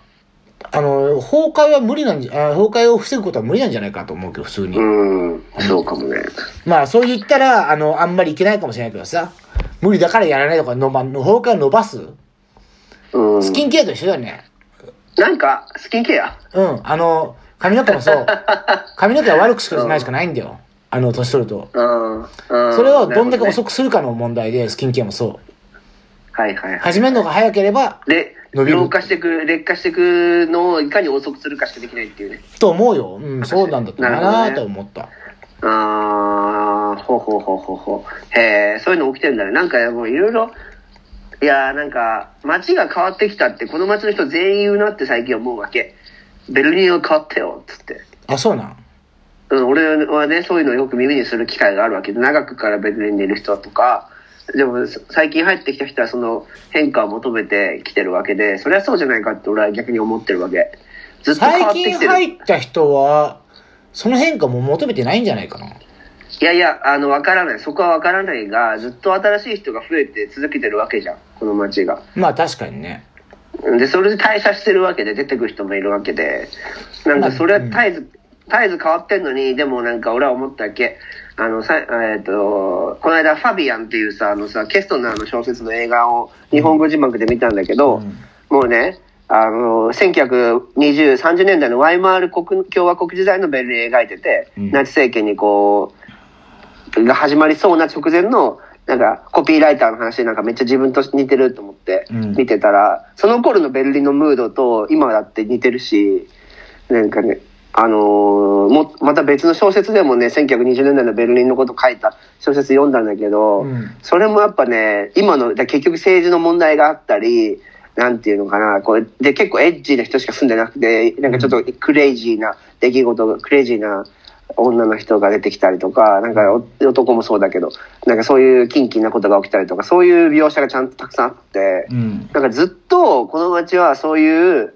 Speaker 2: あの、崩壊は無理なんじゃ、あ崩壊を防ぐことは無理なんじゃないかと思うけど、普通に。
Speaker 3: うん。そうかもね。
Speaker 2: まあそう言ったら、あの、あんまりいけないかもしれないけどさ、無理だからやらないとか、のば、の方から伸ばす。
Speaker 3: うん。
Speaker 2: スキンケアと一緒だよね。
Speaker 3: なんか、スキンケア。
Speaker 2: うん。あの、髪の毛も そう。髪の毛は悪くしかないしかないんだよ。あの、年取ると。
Speaker 3: うん。
Speaker 2: そ
Speaker 3: そ
Speaker 2: れをどんだけ遅
Speaker 3: く。
Speaker 2: くするかの問題で、スキンケアもそう。
Speaker 3: はいはいはい。
Speaker 2: 始めるのが早ければ、
Speaker 3: で、
Speaker 2: 伸びる
Speaker 3: 老化してく、劣化してくのをいかに遅くするかしかできないっていうね。
Speaker 2: と思うよ。うん、そうなんだと思うな
Speaker 3: なるほどね
Speaker 2: と思った。
Speaker 3: あー、ほうほうほうほうほう。へえ、そういうの起きてるんだね。なんかもういろいろ、いやーなんか、街が変わってきたって、この街の人全員言うなって最近思うわけ。ベルリンは変わったよ、つって。
Speaker 2: あ、そうなん。
Speaker 3: うん、俺はね、そういうのをよく耳にする機会があるわけで、長くからベルリンにいる人とか、でもそ最近入ってきた人はその変化を求めてきてるわけで、そりゃそうじゃないかって俺は逆に思ってるわけ。ずっと変わ
Speaker 2: 最
Speaker 3: って
Speaker 2: 近
Speaker 3: きてる。
Speaker 2: 入った人は、その変化も求めてないんじゃないかな。
Speaker 3: いやいや、あの、わからない。そこはわからないが、ずっと新しい人が増えて続けてるわけじゃん。この街が。
Speaker 2: まあ確かにね。
Speaker 3: で、それで退社してるわけで、出てく人もいるわけで。なんか、それは絶えず、絶えず変わってんのに、でもなんか俺は思ったっけ。あの、さ、えっ、と、この間、ファビアンっていうさ、あのさ、ケストナーの小説の映画を日本語字幕で見たんだけど、
Speaker 2: うん
Speaker 3: もうね、あの、1920、30年代のワイマール国共和国時代のベルリンを描いてて、
Speaker 2: うん
Speaker 3: ナチ政権にこう、が始まりそうな直前の、なんか、コピーライターの話なんかめっちゃ自分と似てると思って
Speaker 2: うん
Speaker 3: 見てたら、その頃のベルリンのムードと今だって似てるし、なんかね、あのーも、また別の小説でもね、1920年代のベルリンのこと書いた小説読んだんだけど、
Speaker 2: うん
Speaker 3: それもやっぱね、今の、だ結局政治の問題があったり、なんていうのかな、こう、で、結構エッジな人しか住んでなくて、なんかちょっとクレイジーな出来事が、クレイジーな、女の人が出てきたりとか、なんかお男もそうだけど、なんかそういうキンキンなことが起きたりとか、そういう描写がちゃんとたくさんあって、
Speaker 2: うん。
Speaker 3: なんかずっとこの街はそういう、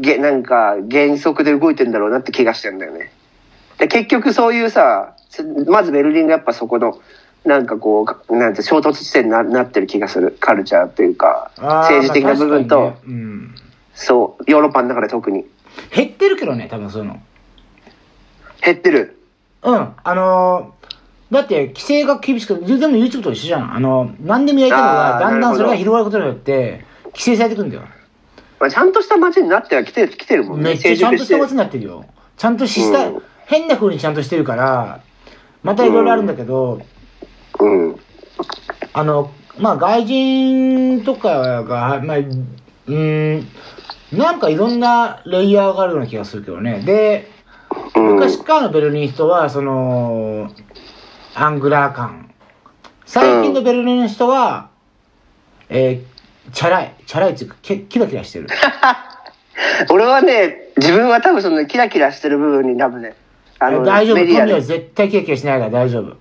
Speaker 3: げなんか原則で動いてんだろうなって気がしてんだよね。で、結局そういうさ、つまずベルリンがやっぱそこの、なんかこうか、なんて衝突地点にななってる気がする。カルチャーっていうか、
Speaker 2: あー
Speaker 3: 政治的な部分と、
Speaker 2: まあ確かにねうん。
Speaker 3: そう、ヨーロッパの中で特に。
Speaker 2: 減ってるけどね、多分そういうの。
Speaker 3: 減ってる。
Speaker 2: うん。あのーだって、規制が厳しく、でも YouTube と一緒じゃん。あの、何でもやりたいのが、
Speaker 3: あー
Speaker 2: だんだんそれが
Speaker 3: なる
Speaker 2: 広がることによって、規制されてくんだよ。
Speaker 3: まあ、ちゃんとした街になっては来て来てるもん
Speaker 2: め
Speaker 3: ね。
Speaker 2: っちゃちゃん
Speaker 3: 成熟
Speaker 2: とし
Speaker 3: して
Speaker 2: た街になってるよ。ちゃんとした、
Speaker 3: うん
Speaker 2: 変な風にちゃんとしてるから、またいろいろあるんだけど、
Speaker 3: うん。
Speaker 2: あの、まあ、外人とかが、まあ、うーん、なんかいろんなレイヤーがあるような気がするけどね。で、
Speaker 3: うん
Speaker 2: 昔からのベルリン人は、その、アングラー感。最近のベルリンの人は、えーチャラい。チャラいっていうか、キキラキラしてる。
Speaker 3: 俺はね、自分は多分そのキラキラしてる部分に多分ね、あの、
Speaker 2: 大丈夫。
Speaker 3: メ
Speaker 2: ト
Speaker 3: デ
Speaker 2: ミ
Speaker 3: ィア
Speaker 2: ーは
Speaker 3: で。
Speaker 2: 絶対キラキラしないから大丈夫。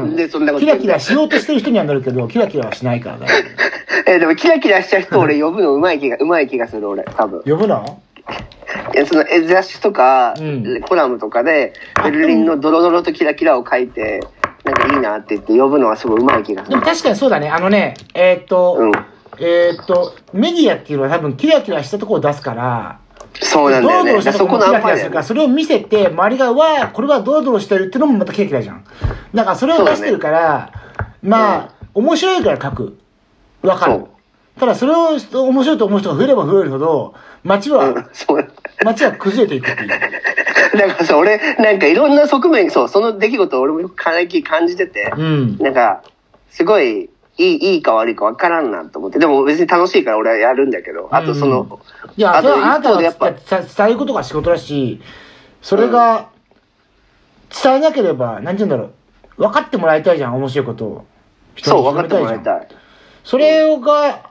Speaker 2: うん
Speaker 3: で、そんなこと
Speaker 2: キ
Speaker 3: 言っ
Speaker 2: ラ
Speaker 3: て
Speaker 2: キラしようとしてる人にはなるけど、キラキラはしないから大丈
Speaker 3: えでもキラキラしちゃう人俺呼ぶのうまい気が、うまい気がする俺、多分。
Speaker 2: 夫。呼ぶの
Speaker 3: え、その、え、雑誌とか、
Speaker 2: うん
Speaker 3: コラムとかで、ベルリンのドロドロとキラキラを書いて、なんかいいなって言って呼ぶのはすごいうまい気がす
Speaker 2: で
Speaker 3: る
Speaker 2: も。確かにそうだね。あのね、えーっと、
Speaker 3: うん
Speaker 2: えーっと、メディアっていうのは多分キラキラしたところを出すから、
Speaker 3: そうなんだ
Speaker 2: ドロ
Speaker 3: よ
Speaker 2: ド
Speaker 3: ね。
Speaker 2: ロしたと
Speaker 3: そ
Speaker 2: こ
Speaker 3: こ
Speaker 2: ろもキラ
Speaker 3: のアン
Speaker 2: キ
Speaker 3: パ
Speaker 2: ラ
Speaker 3: イ
Speaker 2: す
Speaker 3: だよ
Speaker 2: る
Speaker 3: ね
Speaker 2: から、それを見せて、周りが、わあ、これはドロドロしてるっていうのもまたキラキラじゃん。だからそれを出してるから、まあ、面白いから書く。わか
Speaker 3: そ
Speaker 2: る
Speaker 3: う。
Speaker 2: ただそれを面白いと思う人が増えれば増えるほど、街
Speaker 3: うん
Speaker 2: は、
Speaker 3: そう。
Speaker 2: 街は崩れていくっていう。
Speaker 3: だからさ、俺、なんかいろんな側面、そう、その出来事を俺もよく最近感じてて、
Speaker 2: うん。
Speaker 3: なんか、すごい、いい、いいか悪いか分からんなと思って、でも別に楽しいから俺はやるんだけど、あとそ
Speaker 2: うん
Speaker 3: の、
Speaker 2: いや、
Speaker 3: あ
Speaker 2: それ
Speaker 3: と
Speaker 2: はあなた
Speaker 3: 一方でやっぱ
Speaker 2: が伝伝えることが仕事だし、それが、伝えなければ、なんて言うんだろう、分かってもらいたいじゃん、面白いことを。人
Speaker 3: そう、
Speaker 2: に
Speaker 3: 分かってもら
Speaker 2: じ
Speaker 3: い
Speaker 2: ゃん
Speaker 3: たい。
Speaker 2: それが、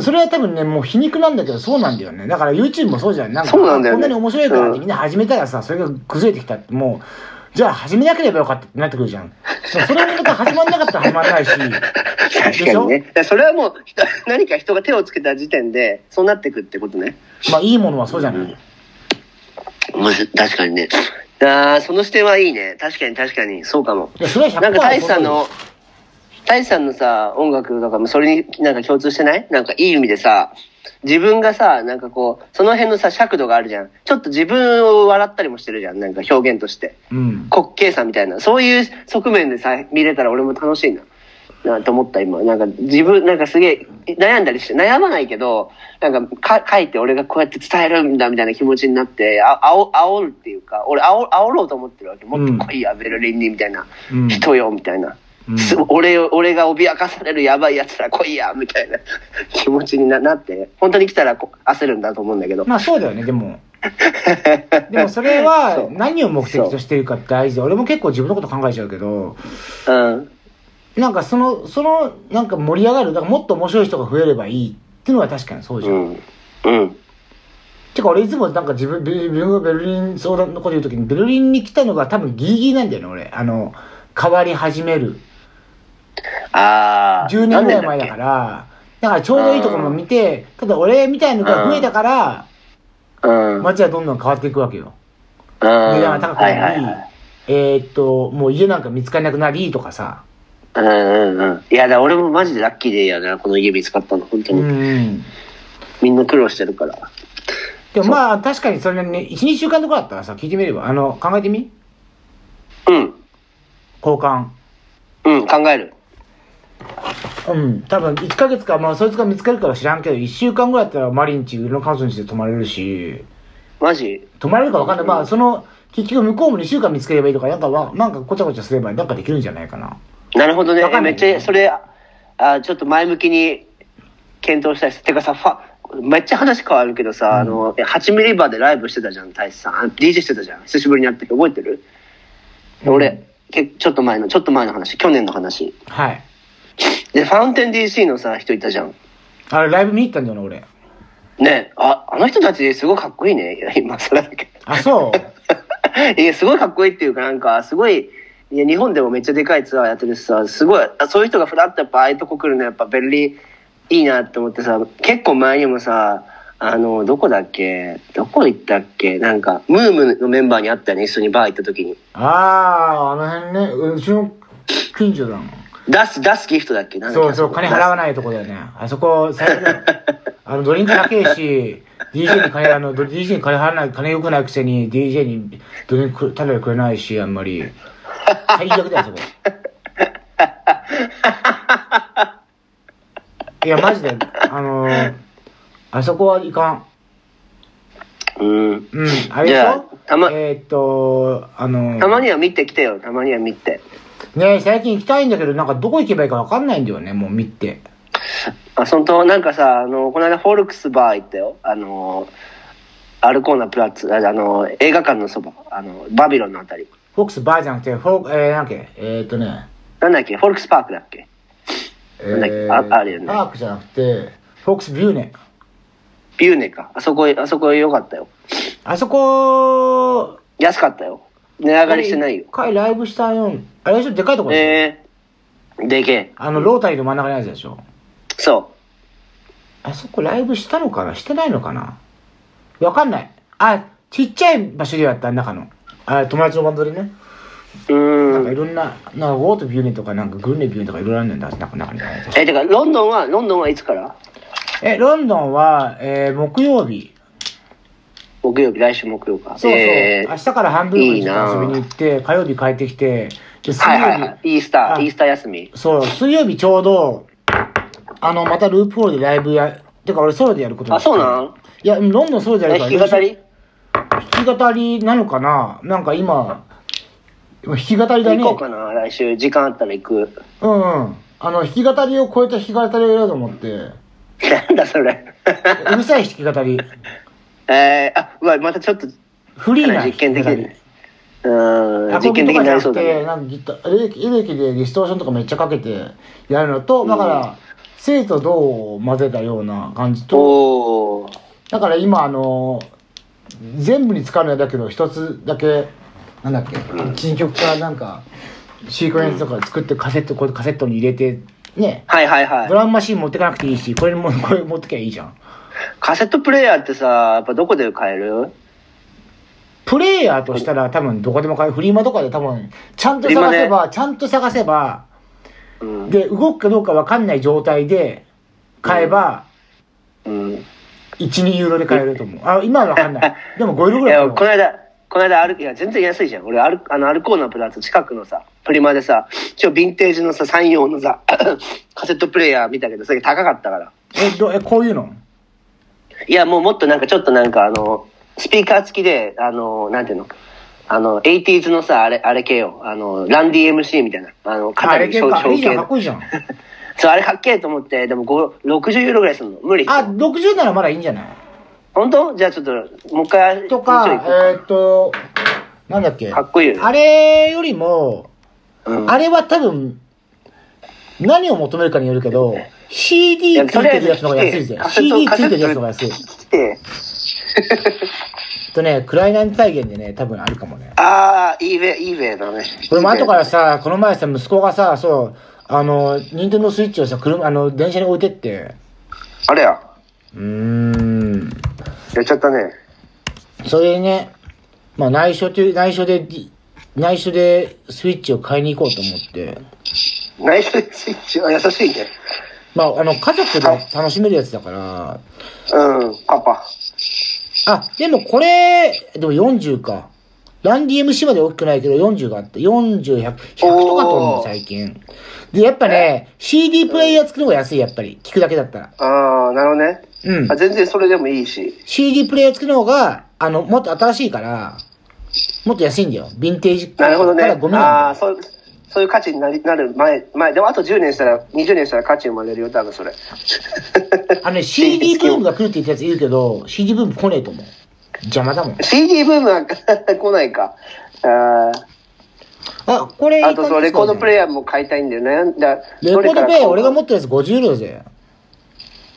Speaker 2: それは多分ね、もう皮肉なんだけど、そうなんだよね。だから YouTube もそうじゃん。なんか、
Speaker 3: そうなんだよ
Speaker 2: こん
Speaker 3: ね
Speaker 2: なに面白いからっ
Speaker 3: う
Speaker 2: て
Speaker 3: ん
Speaker 2: みんな始めたらさ、それが崩れてきたって、もう、じゃあ始めなければよかったってなってくるじゃん。でもそれもまた始まんなかったら始まんない し。
Speaker 3: 確かにね。だからそれはもう、 人何か人が手をつけた時点で、そうなってくってことね。
Speaker 2: まあ、いいものはそうじゃない。
Speaker 3: むず確かにね。ああ、その視点はいいね。確かに確かに。そうかも。
Speaker 2: いや、それは100%
Speaker 3: なんか大志さんの、大志さんのさ、音楽とかもそれになんか共通してないなんかいい意味でさ、自分がさ、なんかこう、その辺のさ、尺度があるじゃん。ちょっと自分を笑ったりもしてるじゃん。なんか表現として。
Speaker 2: うん。
Speaker 3: 滑稽さみたいな。そういう側面でさ、見れたら俺も楽しいな。なと思った今。なんか自分、なんかすげえ悩んだりして、悩まないけど、なんかか書いて俺がこうやって伝えるんだみたいな気持ちになって、あ、あお、煽るっていうか、俺あお、煽ろうと思ってるわけ。もっと来いや、ベルリンにみたいな。
Speaker 2: うん
Speaker 3: 人よみたいな、
Speaker 2: うん
Speaker 3: す俺を俺が脅かされるやばいやつら来いやみたいな 気持ちにななって本当に来たらこう焦るんだと思うんだけど、
Speaker 2: まあそうだよね、で も。でもそれは
Speaker 3: そう
Speaker 2: 何を目的としてるかって大事で、俺も結構自分のこと考えちゃうけど、
Speaker 3: うん、
Speaker 2: なんかその、その、なんか盛り上がる、だからもっと面白い人が増えればいいっていうのは確かにそうじゃ
Speaker 3: う
Speaker 2: ん。
Speaker 3: んうん
Speaker 2: てか俺いつもなんか自分、ベルベルベルリン相談のこと言うときに、ベルリンに来たのが多分ギリギリなんだよね、俺。あの、変わり始める。
Speaker 3: ああ
Speaker 2: 10年ぐらい前だから、だからちょうどいいところも見て、ただ俺みたいのが増えたから、
Speaker 3: うん、
Speaker 2: 街はどんどん変わっていくわけよ。値段が高く
Speaker 3: は
Speaker 2: ないり、
Speaker 3: はいはい
Speaker 2: えーっと、もう家なんか見つからなくなりとかさ。
Speaker 3: うんうんうんいやだ俺もマジでラッキーでいいよなこの家見つかったの本当
Speaker 2: う
Speaker 3: に、
Speaker 2: ん。
Speaker 3: みんな苦労してるから
Speaker 2: でもまあ確かにそれなりに、1、2週間とかだったらさ、聞いてみれば、あの、考えてみ
Speaker 3: うん
Speaker 2: 交換。
Speaker 3: うん考える
Speaker 2: うん。多分1ヶ月か、まあそいつが見つかるかは知らんけど、1週間ぐらいだったらマリンチ、うの彼女にして泊まれるし、
Speaker 3: マジ
Speaker 2: 泊まれるかわかんない。まあその、結局向こうも2週間見つければいいとか、なんかわ、なんかごちゃごちゃすればなんかできるんじゃないかな。
Speaker 3: なるほどね。
Speaker 2: わか
Speaker 3: え
Speaker 2: んな
Speaker 3: め
Speaker 2: い
Speaker 3: っちゃ、それ、あちょっと前向きに検討したいです。てかさ、ファめっちゃ話変わるけどさ、あの、え8ミリバーでライブしてたじゃん、大志さん。あ DJ してたじゃん。久しぶりに会ったけど、覚えてる、俺、けちょっと前の、ちょっと前の話、去年の話。
Speaker 2: はい。
Speaker 3: で、ファウンテン DC のさ、人いたじゃん。
Speaker 2: あれライブ見に行ったんだよね、俺。
Speaker 3: ねあ、あの人たちすごいかっこいいね。今更だけど。
Speaker 2: あ、そう。
Speaker 3: いや、すごいかっこいいっていうか、なんか、すごい、いや、日本でもめっちゃでかいツアーやってるしさ、すごい、あそういう人がフラッとやっぱああいうとこ来るのやっぱベリーいいなって思ってさ、結構前にもさ、あの、どこだっけどこ行ったっけなんか、ムームのメンバーに会ったよね、一緒にバー行った時に。
Speaker 2: ああ、あの辺ね、うちの近所だもん。
Speaker 3: 出す、出すギフトだっけなんだっけ
Speaker 2: そうそう、金払わないとこだよね。あそこ、 最初だよあの、ドリンク高いし、DJ に金、あの、ド DJ に金払わない、金よくないくせに、DJ にドリンク食べてくれないし、あんまり。最悪 だよ、そこ。いや、マジで、あのーあそこはいかん。
Speaker 3: うん。
Speaker 2: うん、あれで
Speaker 3: い
Speaker 2: し
Speaker 3: や
Speaker 2: ょ
Speaker 3: たま
Speaker 2: えーっと、あのー
Speaker 3: たまには見てきてよ、たまには見て。
Speaker 2: ねえ最近行きたいんだけど、なんかどこ行けばいいかわかんないんだよね、もう見て。
Speaker 3: あ、そのと、なんかさ、あの、この間フォルクスバー行ったよ。あの、アルコーナプラッツ、ああの、映画館のそば、あの、バビロンのあたり。
Speaker 2: フォックスバーじゃなくて、フォーク、えー、なんだっけ、えー、っとね、
Speaker 3: なんだっけ、フォルクスパークだっけ
Speaker 2: え
Speaker 3: なんだっけああるよね
Speaker 2: パークじゃなくて、フォックスビューね。
Speaker 3: ビューネか。あそこ、あそこ良かったよ。
Speaker 2: あそこ、
Speaker 3: 安かったよ。値上がりしてないよ
Speaker 2: 一。回ライブしたよ。あれでしょ、でかいとこでしょ、
Speaker 3: えー、でけえ。
Speaker 2: あの、ロータリーの真ん中のやつでしょ。
Speaker 3: そ
Speaker 2: あそこライブしたのかなしてないのかなわかんない。あ、ちっちゃい場所でやった、中の。あ、友達のバンドでね。
Speaker 3: う。
Speaker 2: な
Speaker 3: うん
Speaker 2: かい
Speaker 3: ん。
Speaker 2: ろんな、なんかウォートビューネとか、なんかグルネビューネとかいろいろあるんだ、なんか中に。
Speaker 3: え、てか、ロンドンは、ロンドンはいつから
Speaker 2: え、ロンドンは、えー木曜日。
Speaker 3: 木曜日、来週木曜か。
Speaker 2: そうそう。
Speaker 3: えー
Speaker 2: 明日からハンブルグにちょっと
Speaker 3: いい
Speaker 2: 遊
Speaker 3: な
Speaker 2: びに行って、火曜日帰ってきて、で、水曜
Speaker 3: はい
Speaker 2: 日、
Speaker 3: はいはい。イースタ
Speaker 2: あ
Speaker 3: ー、イースター休み。
Speaker 2: そう、水曜日ちょうど、あの、またループホールでライブや、てか俺ソロでやることに
Speaker 3: あ、そうなん
Speaker 2: いや、ロンドンソロでや
Speaker 3: え
Speaker 2: るから。
Speaker 3: 弾き語り
Speaker 2: 弾き語りなのかななんか今、今弾き語りだね。
Speaker 3: 行こうかな、来週。時間あったら行く。
Speaker 2: うんうん。あの、弾き語りを超えた弾き語りをやろうと思って、う
Speaker 3: なんだそれ。
Speaker 2: るさい弾き語り。
Speaker 3: えー、あ、うわ、またちょっと、
Speaker 2: フリーな弾
Speaker 3: 実
Speaker 2: き
Speaker 3: 験的
Speaker 2: 語り
Speaker 3: に。。うーん、実験的になりそうだ
Speaker 2: アコギとかじゃなくて
Speaker 3: ね。
Speaker 2: なんかギター、エレキエレキでディストーションとかめっちゃかけてやるのと、だから、生と銅を混ぜたような感じと、
Speaker 3: おー。
Speaker 2: だから今、あの、全部に使うのはだけど、一つだけ、なんだっけ、新曲からなんか、シークエンスとか作ってカセット、これカセットに入れて、ね、
Speaker 3: はいはいはい
Speaker 2: ド。ラムマシン持ってかなくていいし、これも、 これ持ってきゃいいじゃん。
Speaker 3: カセットプレイヤーってさ、やっぱどこで買える
Speaker 2: プレイヤーとしたら多分どこでも買える。フリマとかで多分、ちゃんと探
Speaker 3: フ
Speaker 2: せ
Speaker 3: リマ
Speaker 2: ば、ちゃんと探せば、
Speaker 3: うん。
Speaker 2: で、動くかどうかわかんない状態で買えば、
Speaker 3: うん。
Speaker 2: 1、2ユーロで買えると思う。あ、今はわかんない。でも5ユーロ
Speaker 3: い
Speaker 2: ぐらい
Speaker 3: や、
Speaker 2: か
Speaker 3: この
Speaker 2: な。
Speaker 3: 間、この間歩き、いや、全然安いじゃん。俺、歩くあの、アルコーナプラス近くのさ、プリマでさ、ちょ、ヴィンテージのさ、山陽のさ、 カセットプレイヤー見たけど、それ高かったから。
Speaker 2: え、ど、え、こういうの
Speaker 3: いや、もうもっとなんかちょっとなんかあの、スピーカー付きで、あの、なんていうのあの、80s のさ、あれ、あれ系よ。あの、ランディ MC みたいな。あの、
Speaker 2: あ
Speaker 3: 肩
Speaker 2: れ
Speaker 3: に
Speaker 2: 系
Speaker 3: 小
Speaker 2: か。いいじゃん、かっ
Speaker 3: の。
Speaker 2: こいいじゃん。
Speaker 3: そう、あれかっけえと思って、でも5、60ユーロぐらいするの。無理。
Speaker 2: あ、60ならまだいいんじゃない
Speaker 3: 本当じゃあちょっと、もう一回、
Speaker 2: とか、
Speaker 3: ちょいちょい行こ
Speaker 2: えーっと、なんだっけ。
Speaker 3: うかっこいいよね。
Speaker 2: あれよりも、
Speaker 3: うん
Speaker 2: あれは多分、何を求めるかによるけど、CD ついてるやつの方が安いぜ
Speaker 3: いや。とりあ
Speaker 2: CD
Speaker 3: えず
Speaker 2: ついてるやつの方が安い。
Speaker 3: 来て。
Speaker 2: えっとね、クライナン体現でね、多分あるかもね。
Speaker 3: あー、イーベイ、イーベイだね。
Speaker 2: これも後からさ、この前さ、息子がさ、そう、あの、ニンテンドースイッチをさ、車、あの、電車に置いてって、
Speaker 3: あれや、
Speaker 2: うーん。
Speaker 3: やっちゃったね。
Speaker 2: それでね、まあ、内緒という、内緒で、D- 内緒でスイッチを買いに行こうと思って、
Speaker 3: 内緒でスイッチは優しいね。
Speaker 2: まあ、あの、家族で楽しめるやつだから、
Speaker 3: うん、パパ。
Speaker 2: あ、でもこれ、でも40か。ランディ MC まで大きくないけど40があって、40、100、100とかと思う、
Speaker 3: おー
Speaker 2: 最近。で、やっぱね、CD プレイヤー作る方が安い、やっぱり。聞くだけだったら。
Speaker 3: あー、なるほどね。
Speaker 2: うん
Speaker 3: あ。全然それでもいいし。
Speaker 2: CD プレイヤー付きの方が、あの、もっと新しいから、もっと安いんだよ。ヴィンテージ
Speaker 3: なるほどね。
Speaker 2: ただゴミ
Speaker 3: あ
Speaker 2: な
Speaker 3: あ
Speaker 2: ん
Speaker 3: ー、
Speaker 2: だよ。
Speaker 3: そういう、そういう価値になりなる前、前。でもあと10年したら、20年したら価値生まれるよ、多分それ。
Speaker 2: あのね、CD ブームが来るって言ったやついるけど、CD ブーム来ねえと思う。邪魔だもん。
Speaker 3: CD ブームは来ないか。あー
Speaker 2: あ、これいい
Speaker 3: あ
Speaker 2: 感じ
Speaker 3: とそう、レコードプレイ
Speaker 2: ヤ
Speaker 3: ヤーも買いたいんだよね。だ
Speaker 2: レコードプレイヤー、俺が持
Speaker 3: も
Speaker 2: ってるやつ50ユーロだぜ。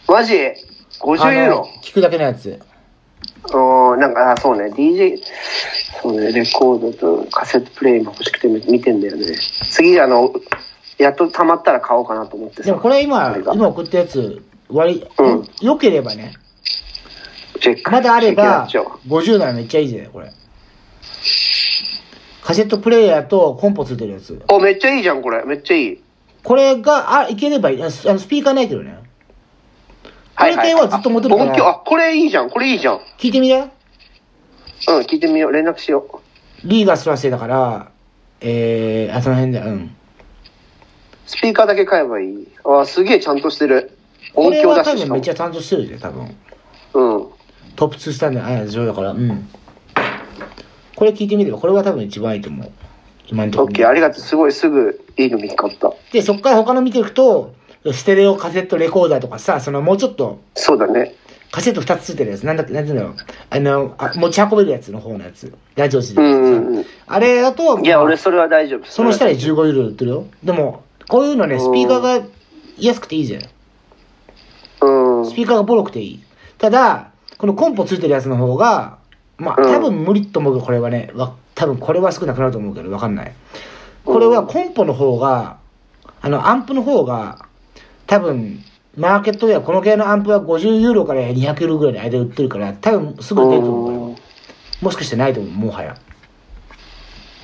Speaker 3: マジ ?50 ユー
Speaker 2: あの
Speaker 3: ロ
Speaker 2: 聞くだけのやつ。
Speaker 3: おーなんか、あ、そうね、DJ、そうね、レコードとカセットプレイも欲しくて見見てんだよね。次、あの、やっと溜まったら買おうかなと思ってさ
Speaker 2: でもこれ今、
Speaker 3: れが
Speaker 2: 今送ったやつ、割り
Speaker 3: うん、
Speaker 2: 良ければね、
Speaker 3: チェック
Speaker 2: まだあれば
Speaker 3: チェックやっちゃ、
Speaker 2: 50ならめっちゃいいぜ、これ。カセットプレイヤーとコンポついてるやつ。
Speaker 3: おうお、めっちゃいいじゃん、これ。めっちゃいい。
Speaker 2: これが、あ、いければいい。あスあのスピーカーないけどね。これ系はずっと持ってるか
Speaker 3: 音響、あ
Speaker 2: ら、、
Speaker 3: これいいじゃん、これいいじゃん。
Speaker 2: 聞いてみて。
Speaker 3: うん、聞いてみよう。連絡しよう。
Speaker 2: リーガスラスだから、えー、あ、その辺だ、うん。
Speaker 3: スピーカーだけ買えばいい。あ、すげえちゃんとしてる。
Speaker 2: こ
Speaker 3: 音
Speaker 2: れ
Speaker 3: 響
Speaker 2: は
Speaker 3: だし
Speaker 2: 多
Speaker 3: し
Speaker 2: 分
Speaker 3: か
Speaker 2: め
Speaker 3: も
Speaker 2: っちゃ担当してるで、多分。
Speaker 3: うん。
Speaker 2: トップ2スタンダード、あ、そうだから、うん。これ聞いてみれば、これは多分一番いいと思う。今のとこ
Speaker 3: オ
Speaker 2: ろ。
Speaker 3: ッケー、ありがとう。すごい、すぐいいの見つかった。
Speaker 2: で、そっから他の見ていくと、ステレオカセットレコーダーとかさ、そのもうちょっと、
Speaker 3: そうだね。
Speaker 2: カセット2つついてるやつ、なんだっけ、なんていうんだろう。あの、あ持ち運べるやつの方のやつ。ラジオして
Speaker 3: う
Speaker 2: るや
Speaker 3: ん
Speaker 2: つさ、
Speaker 3: うんうん。
Speaker 2: あれだと、
Speaker 3: いや、
Speaker 2: まあ
Speaker 3: 俺、それは大丈夫。
Speaker 2: その下で
Speaker 3: それは
Speaker 2: 15ユーロ売ってるよ。でも、こういうのね、スピーカーが安くていいじゃん。
Speaker 3: 大
Speaker 2: ス
Speaker 3: 丈夫
Speaker 2: ピーカーがボロくていい。ただ、このコンポついてるやつの方が、まあ、
Speaker 3: うん
Speaker 2: 多分無理と思うけど、これはね、わ多分これは少なくなると思うけど、わかんない。これはコンポの方が、あの、アンプの方が、多分、マーケットではこの系のアンプは50ユーロから200ユーロぐらいの間で売ってるから、多分すぐ出ると思う
Speaker 3: うん
Speaker 2: よ。もしかしてないと思う、もはや。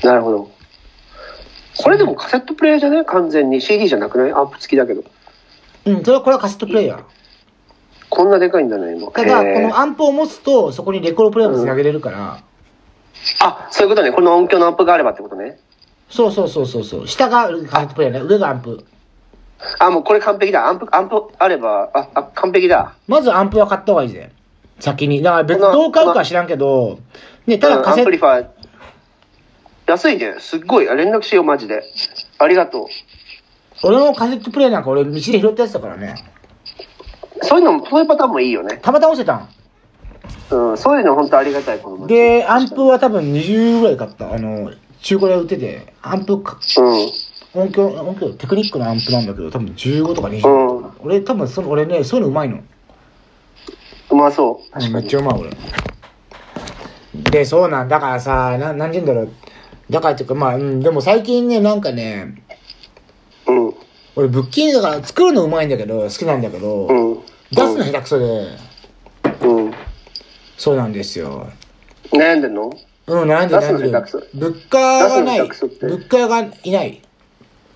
Speaker 3: なるほど。これでもカセットプレイヤーじゃない完全に CD じゃなくないアンプ付きだけど。
Speaker 2: うん、それはこれはカセットプレイヤー。
Speaker 3: こんなでかいんだね、今。
Speaker 2: ただ、
Speaker 3: へー
Speaker 2: このアンプを持つと、そこにレコードプレイヤーもつなげれるから、
Speaker 3: あ、そういうことね。この音響のアンプがあればってことね。
Speaker 2: そうそうそうそうそう、下がカセットプレイヤーね、上がアンプ。
Speaker 3: あ、もうこれ完璧だ。アンプ、アンプあれば、あ、あ完璧だ。
Speaker 2: まずアンプは買った方がいいぜ。先に。だから別に
Speaker 3: この
Speaker 2: どう買うかは知らんけど、ね、ただ
Speaker 3: うん
Speaker 2: カ
Speaker 3: ア
Speaker 2: セ
Speaker 3: ンプリ
Speaker 2: ッ
Speaker 3: ファー。安いね。すっごい。あ連絡しよう、マジで。ありがとう。
Speaker 2: ト、俺のカセットプレイなんか俺道で拾ったやつだからね。
Speaker 3: そういうのも、そういうパターンもいいよね。
Speaker 2: たまたま落ちてたん。
Speaker 3: うん、そういうの本当ありがたい、この街
Speaker 2: で、アンプは多分20ぐらい買った。あの、中古で売ってて、アンプか、音響、音響、テクニックのアンプなんだけど、多分15とか20とか。俺多分その、俺ね、そういうのうまいの。
Speaker 3: うん、うまそう。確
Speaker 2: め
Speaker 3: か
Speaker 2: っ
Speaker 3: に。
Speaker 2: ちゃうまい俺でそうなんだからさな何て言うんだろうだからっていうかまあ、うん、でも最近ねなんかね
Speaker 3: うん、
Speaker 2: 俺ブッキングだから作るのうまいんだけど好きなんだけど、
Speaker 3: うん。
Speaker 2: 出すの下手くそで
Speaker 3: うん。
Speaker 2: そうなんですよ
Speaker 3: 悩んでんの
Speaker 2: うん悩んでる
Speaker 3: 出す
Speaker 2: 悩
Speaker 3: の
Speaker 2: んで
Speaker 3: 下手くそ
Speaker 2: る物価がない物
Speaker 3: 出すの下手くそって
Speaker 2: 価がいない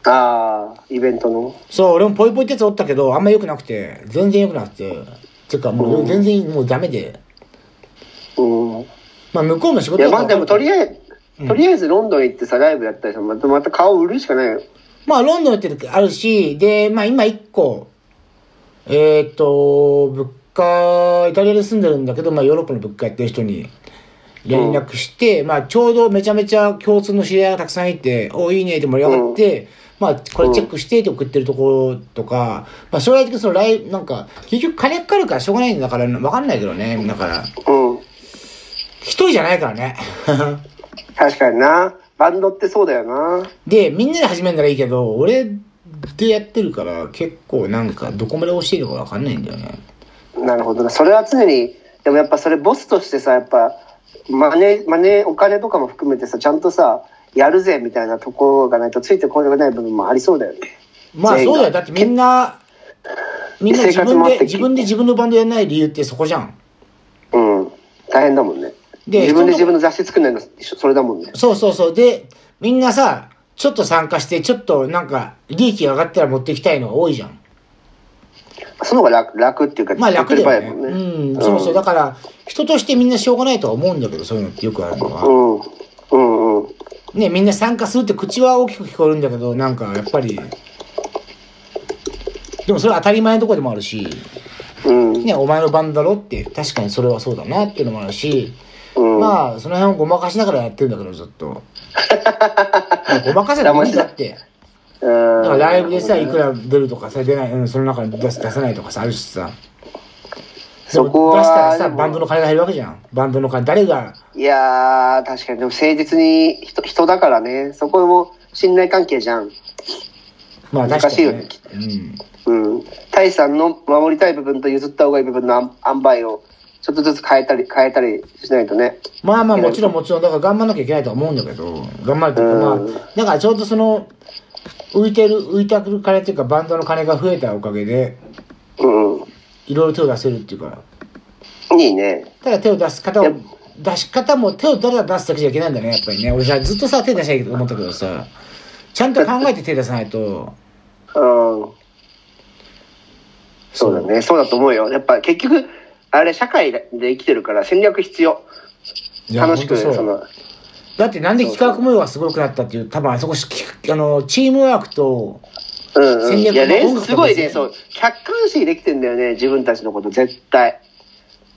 Speaker 3: ああ、イベントの。
Speaker 2: そう俺もぽいぽいってやつおったけどあんま良くなくて全然良くなくてていうかもう、
Speaker 3: うん
Speaker 2: 全然もうダメで
Speaker 3: うん。
Speaker 2: まあ向こうの仕
Speaker 3: い
Speaker 2: 事
Speaker 3: や、
Speaker 2: だか
Speaker 3: ま
Speaker 2: ら
Speaker 3: あでもとりあえず、
Speaker 2: うん
Speaker 3: とりあえずロンドン行ってさ、ライブやったりさ、またまた顔売るしかないよ。
Speaker 2: まあ、ロンドンってあるし、で、まあ今一個、えっ、と、物価、イタリアで住んでるんだけど、まあヨーロッパの物価やってる人に連絡して、まあちょうどめちゃめちゃ共通の知り合いがたくさんいて、おいいねで盛り上がって、まあこれチェックしてって送ってるところとか、まあ将来的にその来、なんか、結局金かかるからしょうがないんだから、わかんないけどね、だから、
Speaker 3: うん。
Speaker 2: 一人じゃないからね。
Speaker 3: 確かにな。バンドってそうだよな。
Speaker 2: で、みんなで始めるならいいけど、俺でやってるから、結構なんか、どこまで教えるかわかんないんだよね。
Speaker 3: なるほどな。それは常に、でもやっぱそれボスとしてさ、やっぱ、マネ、マネ、お金とかも含めてさ、ちゃんとさ、やるぜみたいなところがないとついてこれない部分もありそうだよね。
Speaker 2: まあ
Speaker 3: 全
Speaker 2: そ
Speaker 3: 員が
Speaker 2: うだよ。だってみんな、みんな自
Speaker 3: 生活
Speaker 2: 分
Speaker 3: もあっ
Speaker 2: で、
Speaker 3: て
Speaker 2: 自分で自分のバンドやんない理由ってそこじゃん。
Speaker 3: うん。大変だもんね。
Speaker 2: で
Speaker 3: 自分で
Speaker 2: 人の
Speaker 3: 自分の雑誌作るの一緒それだもんね。
Speaker 2: そうそうそう。で、みんなさ、ちょっと参加して、ちょっとなんか、利益が上がったら持ってきたいのが多いじゃん。
Speaker 3: その方が楽楽っていうか、
Speaker 2: まあ楽だ
Speaker 3: 手っ取
Speaker 2: よ
Speaker 3: り
Speaker 2: ね。
Speaker 3: 早い
Speaker 2: う
Speaker 3: も
Speaker 2: ん、そうそう。だから、人としてみんなしょうがないとは思うんだけど、そういうのってよくあるのは。
Speaker 3: うん。うんうん。
Speaker 2: ね、みんな参加するって口は大きく聞こえるんだけど、なんかやっぱり、でもそれは当たり前のとこでもあるし、
Speaker 3: うん。
Speaker 2: ね、お前の番だろって、確かにそれはそうだなっていうのもあるし、
Speaker 3: うん。
Speaker 2: まあ、その辺をごまかしながらやってるんだけど、ずっ と。ごまかせない無理だって。だからライブでさ、いくら出るとかさ、出ない、うん、その中に出す出さないとかさ、あるしさ。でも
Speaker 3: そこは
Speaker 2: 出したら
Speaker 3: で
Speaker 2: さ、
Speaker 3: も
Speaker 2: バンドの金が減るわけじゃん。バンドの金、誰が、
Speaker 3: いやー、確かに、でも誠実に人人だからね、そこも信頼関係じゃん。
Speaker 2: まあ確か
Speaker 3: 難しい
Speaker 2: に、
Speaker 3: よ
Speaker 2: ね
Speaker 3: ね。
Speaker 2: うん。
Speaker 3: うん。タイさんの守りたい部分と譲った方がいい部分のあん塩梅をちょっとずつ変えたり、変えたりしないとね。
Speaker 2: まあまあもちろんもちろんだから頑張んなきゃいけないとは思うんだけど頑張るというか
Speaker 3: うん
Speaker 2: まあだからちょうどその浮いてる浮いてくる金っていうかバンドの金が増えたおかげで
Speaker 3: うん。
Speaker 2: いろいろ手を出せるっていうか
Speaker 3: いいね。
Speaker 2: ただ手を出す方を
Speaker 3: やっ
Speaker 2: 出し方も手をただ出すだけじゃいけないんだねやっぱりね俺さずっとさ手出したいと思ったけどさちゃんと考えて手出さないと
Speaker 3: うん。そうだね。そうだと思うよ。やっぱ結局、あれ、社会で生きてるから戦略必要。
Speaker 2: いや
Speaker 3: 楽しく、
Speaker 2: ほんと
Speaker 3: そうの、
Speaker 2: だってなんで企画模様がすごくなったっていう多分あそこしあのチームワークと
Speaker 3: うん、うん。い
Speaker 2: 戦略
Speaker 3: や、
Speaker 2: も音楽
Speaker 3: ね、
Speaker 2: も
Speaker 3: すごいね、
Speaker 2: 全然
Speaker 3: そう。客観視できてんだよね、自分たちのこと、絶対。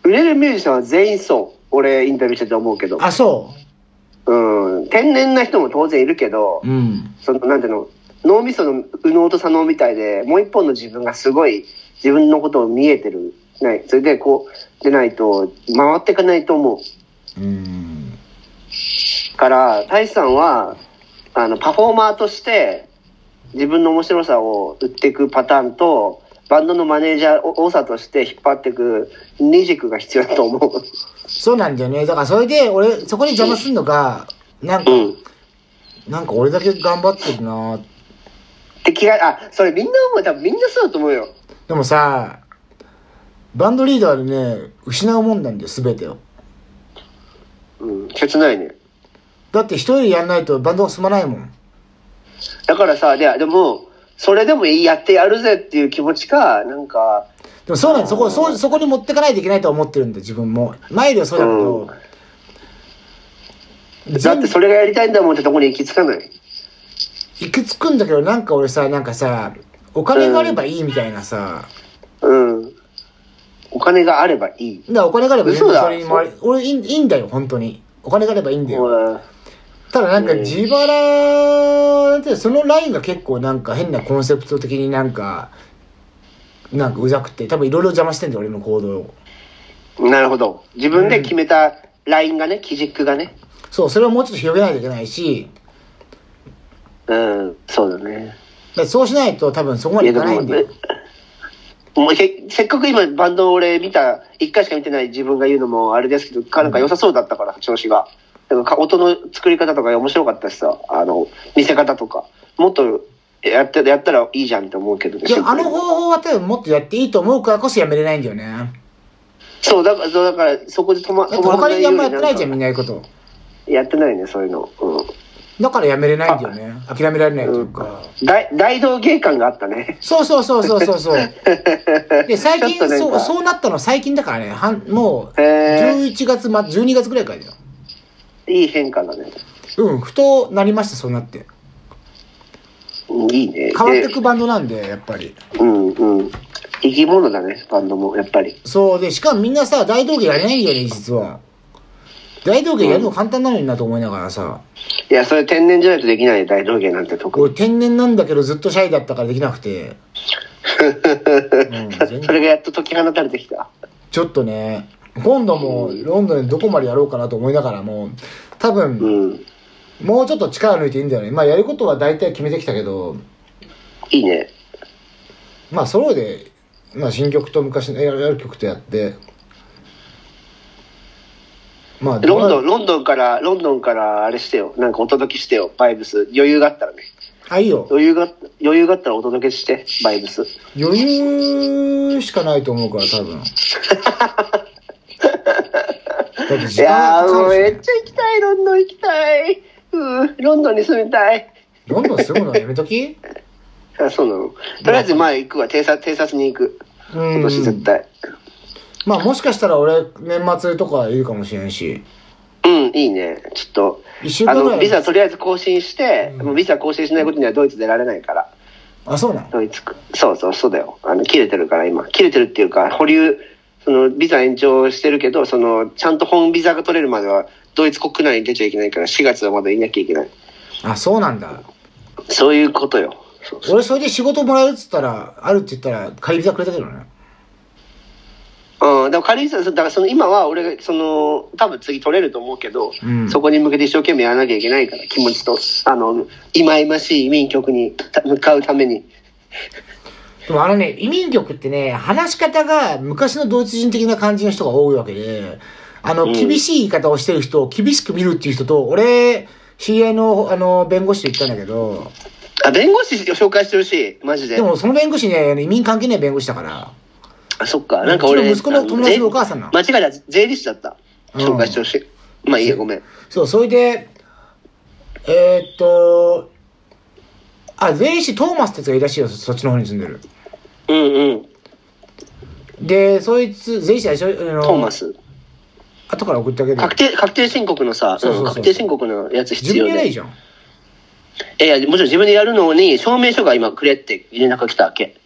Speaker 3: 売れるミュージシャンは全員そう。俺、インタビューしてて思うけど。
Speaker 2: あそ
Speaker 3: うん。天然な人も当然いるけど、
Speaker 2: ううん
Speaker 3: その、なんていうの、脳みその右脳と左脳みたいで、もう一本の自分がすごい自分のことを見えてる。ね、それでこう、でないと、回っていかないと思う。
Speaker 2: うん
Speaker 3: から、大志さんは、あの、パフォーマーとして、自分の面白さを売っていくパターンと、バンドのマネージャーを多さとして引っ張っていく二軸が必要だと思う。
Speaker 2: そうなんだよね。だからそれで、俺、そこに邪魔すんのが、なんか、
Speaker 3: うん。
Speaker 2: なんか俺だけ頑張ってるな
Speaker 3: って気が、あ、それみんな思う。多分みんなそうだと思うよ。
Speaker 2: でもさ、バンドリーダーでね、失うもんなんだよ、すべてを。
Speaker 3: うん。切ないね。
Speaker 2: だって一人でやんないとバンドが進まないもん。
Speaker 3: だからさ、ででも、それでもいい、やってやるぜっていう気持ちか、なんか、
Speaker 2: でもそうなんだそこ、そうそこに持ってかないといけないとは思ってるんだよ、自分も。前ではそうだけど。
Speaker 3: だってそれがやりたいんだもんってとこに行き着かない。
Speaker 2: 行き着くんだけど、なんか俺さ、なんかさ、お金があればいいみたいなさ、
Speaker 3: うん。お金があればいい。
Speaker 2: だからお金があれば全
Speaker 3: 嘘
Speaker 2: 然
Speaker 3: だ
Speaker 2: それに回り、俺いいいいんだよ、本当に。お金があればいいんだよ。
Speaker 3: うん
Speaker 2: ただなんか
Speaker 3: うん
Speaker 2: 自腹ってそのラインが結構なんか変なコンセプト的になんかなんかうざくて多分いろいろ邪魔してんだよ俺の行動を
Speaker 3: なるほど。自分で決めたラインがね、基軸がね。
Speaker 2: そうそれをもうちょっと広げないといけないし
Speaker 3: うん、そうだね。
Speaker 2: だからそうしないと多分そこま
Speaker 3: い
Speaker 2: で
Speaker 3: や
Speaker 2: いか
Speaker 3: で
Speaker 2: ない
Speaker 3: も
Speaker 2: んだよ
Speaker 3: ね、もうせせっかく今バンドを俺見た、一回しか見てない自分が言うのもあれですけど、かなんか良さそうだったから、調子が。なんか音の作り方とか面白かったしさ、あの、見せ方とか。もっとやって、やったらいいじゃんって思うけどね。
Speaker 2: いや
Speaker 3: シンプ
Speaker 2: あ
Speaker 3: ルに
Speaker 2: の方法は多分もっとやっていいと思うからこそやめれないんだよね
Speaker 3: そう、だから、そうだからそこで止ま、
Speaker 2: だって他にあんまやってないじゃんみ
Speaker 3: ん
Speaker 2: んなやること
Speaker 3: やってないね、そういうの。う
Speaker 2: だからやめれないんだよね諦められないというか、
Speaker 3: ん。大、大道芸感があったね。
Speaker 2: そうそうそうそうそう そうで最近
Speaker 3: ちょっとなん
Speaker 2: そう
Speaker 3: か
Speaker 2: そうなったの最近だからねはんもう
Speaker 3: へー
Speaker 2: 11月、ま、12月ぐらいからだよ
Speaker 3: いい変化だね。
Speaker 2: うん、ふとなりました、そうなって。
Speaker 3: うんいいね。
Speaker 2: 変わってくバンドなんで、やっぱり。
Speaker 3: でうんうん。生き物だね、バンドも、やっぱり。
Speaker 2: そうで、しかもみんなさ、大道芸やれないんだよね、実は。大道芸やるの簡単なのになと思いながらさ、
Speaker 3: いや、それ天然じゃないとできない大道芸なんて特に。
Speaker 2: 俺天然なんだけどずっとシャイだったからできなくて、うん、全
Speaker 3: それがやっと解き放たれてきた。
Speaker 2: ちょっとね、今度もロンドンでどこまでやろうかなと思いながらも、多
Speaker 3: う
Speaker 2: 分、
Speaker 3: ん。
Speaker 2: もうちょっと力抜いていいんだよね。まあやることは大体決めてきたけど、
Speaker 3: いいね。
Speaker 2: まあソロで、まあ新曲と昔のやる曲とやって、まあ、
Speaker 3: ロンドン、
Speaker 2: ン。
Speaker 3: ロンドンから、ロンドンからあれしてよ。なんかお届けしてよ、バイブス。余裕があったらね。
Speaker 2: あ、いいよ。
Speaker 3: 余裕が、余裕があったらお届けして、バイブス。
Speaker 2: 余裕しかないと思うから、多 分。だって
Speaker 3: い
Speaker 2: 時間
Speaker 3: や
Speaker 2: か
Speaker 3: ー、もう
Speaker 2: か
Speaker 3: め
Speaker 2: るし
Speaker 3: っちゃ行きたい、ロンドン行きたい。うん、ロンドンに住みたい。
Speaker 2: ロンドン住むのやめとき
Speaker 3: あ、そうなの。とりあえず、まあ行くわ。偵察、偵察に行く。
Speaker 2: う
Speaker 3: 今年絶
Speaker 2: ん。
Speaker 3: 対。
Speaker 2: まあもしかしたら俺、年末とかいるかもしれんし。
Speaker 3: うん、いいね。ちょっと、
Speaker 2: 一週
Speaker 3: あ
Speaker 2: 間ぐら
Speaker 3: の、
Speaker 2: い。
Speaker 3: ビザとりあえず更新して、もうビザ更新しないことにはドイツ出られないから。
Speaker 2: あ、そうなの
Speaker 3: ドイツか、そうそう、そうだよ。あの、切れてるから今。切れてるっていうか、保留、その、ビザ延長してるけど、その、ちゃんと本ビザが取れるまでは、ドイツ国内に出ちゃいけないから、4月はまだいなきゃいけない。
Speaker 2: あ、そうなんだ。
Speaker 3: そういうことよ。そうそう
Speaker 2: 俺それで仕事もらえるっつったら、あるって言ったら、借りビザくれたけどね。
Speaker 3: うん、でも仮にさ、だからその今は俺が、その、多分次取れると思うけど、
Speaker 2: うん
Speaker 3: そこに向けて一生懸命やらなきゃいけないから、気持ちと、あの、忌々しい民曲にた向かうために。
Speaker 2: でもあのね、移民局ってね、話し方が昔のドイツ人的な感じの人が多いわけで、あの、
Speaker 3: うん
Speaker 2: 厳しい言い方をしてる人を厳しく見るっていう人と、俺、知り合いの、あの、弁護士と行ったんだけど、
Speaker 3: あ、弁護士を紹介してほしい。マジで。
Speaker 2: でもその弁護士ね、移民関係ない弁護士だから、
Speaker 3: あ、そっか。なんか俺、
Speaker 2: うちの息子の友達のお母さんな
Speaker 3: あの税間違えた。税理士だった。
Speaker 2: うん
Speaker 3: 紹介してほしい。まあいいや、ごめん。
Speaker 2: そう、それで、えーっと、あ、税理士トーマスってやつがいるらしいよ、そそっちの方に住んでる。
Speaker 3: うんうん。
Speaker 2: で、そいつ、税理士でしょ、あの
Speaker 3: トーマ。ス。
Speaker 2: 後から送ってあげる。
Speaker 3: 確定、確定申告のさ、
Speaker 2: そうそうそう
Speaker 3: うん確定申告のやつ
Speaker 2: 自
Speaker 3: 必
Speaker 2: 分
Speaker 3: 要
Speaker 2: じゃない
Speaker 3: で。
Speaker 2: じゃん。
Speaker 3: いやいや、もちろん自分でやるのに、証明書が今くれって連絡が来たわけ。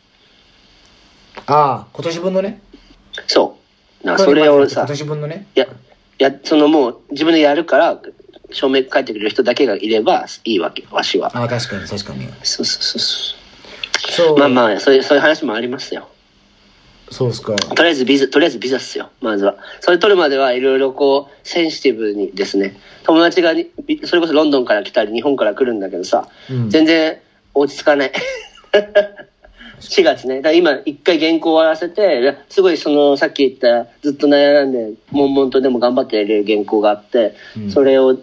Speaker 2: ああ、今年分のね。
Speaker 3: そう。だからそれをさ
Speaker 2: 今、年分のね。
Speaker 3: や、や、そのもう自分でやるから、証明書いてくれる人だけがいればいいわけ、わしは。
Speaker 2: ああ、確かに、確かに。
Speaker 3: そうそうそうそ。
Speaker 2: そうう。
Speaker 3: まあまあ、そういう、そういう話もありますよ。
Speaker 2: そうっすか。
Speaker 3: とりあえずビザ、とりあえずビザっすよ、まずは。それ取るまではいろいろこう、センシティブにですね、友達がに、びそれこそロンドンから来たり、日本から来るんだけどさ、
Speaker 2: うん
Speaker 3: 全然落ち着かない。4月ね。だから今、一回原稿終わらせて、いやすごいその、さっき言った、ずっと悩んで、悶々とでも頑張ってやれる原稿があって、
Speaker 2: うん
Speaker 3: それを、だ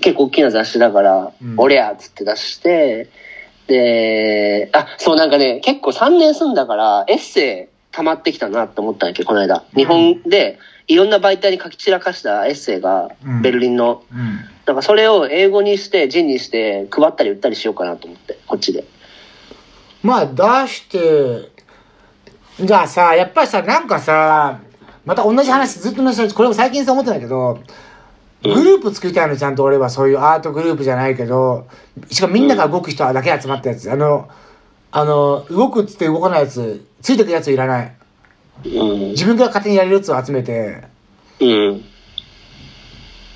Speaker 3: 結構大きな雑誌だから、
Speaker 2: うん
Speaker 3: 俺やっつって出して、で、あ、そうなんかね、結構3年住んだから、エッセイ溜まってきたなって思ったんだけど、この間。日本で、いろんな媒体に書き散らかしたエッセイが
Speaker 2: うん、
Speaker 3: ベルリンの、
Speaker 2: うん。
Speaker 3: だからそれを英語にして、字にして、配ったり売ったりしようかなと思って、こっちで。
Speaker 2: まあ、出して、じゃあさ、やっぱりさ、なんかさ、また同じ話、ずっと同じ話、これも最近さ、思ったんだけど、グループ作りたいの、ちゃんと俺は、そういうアートグループじゃないけど、しかもみんなが動く人だけ集まったやつ。あの、あの、動くっつって動かないやつ、ついてくやついらない。
Speaker 3: うん。
Speaker 2: 自分から勝手にやれるやつを集めて、
Speaker 3: うん。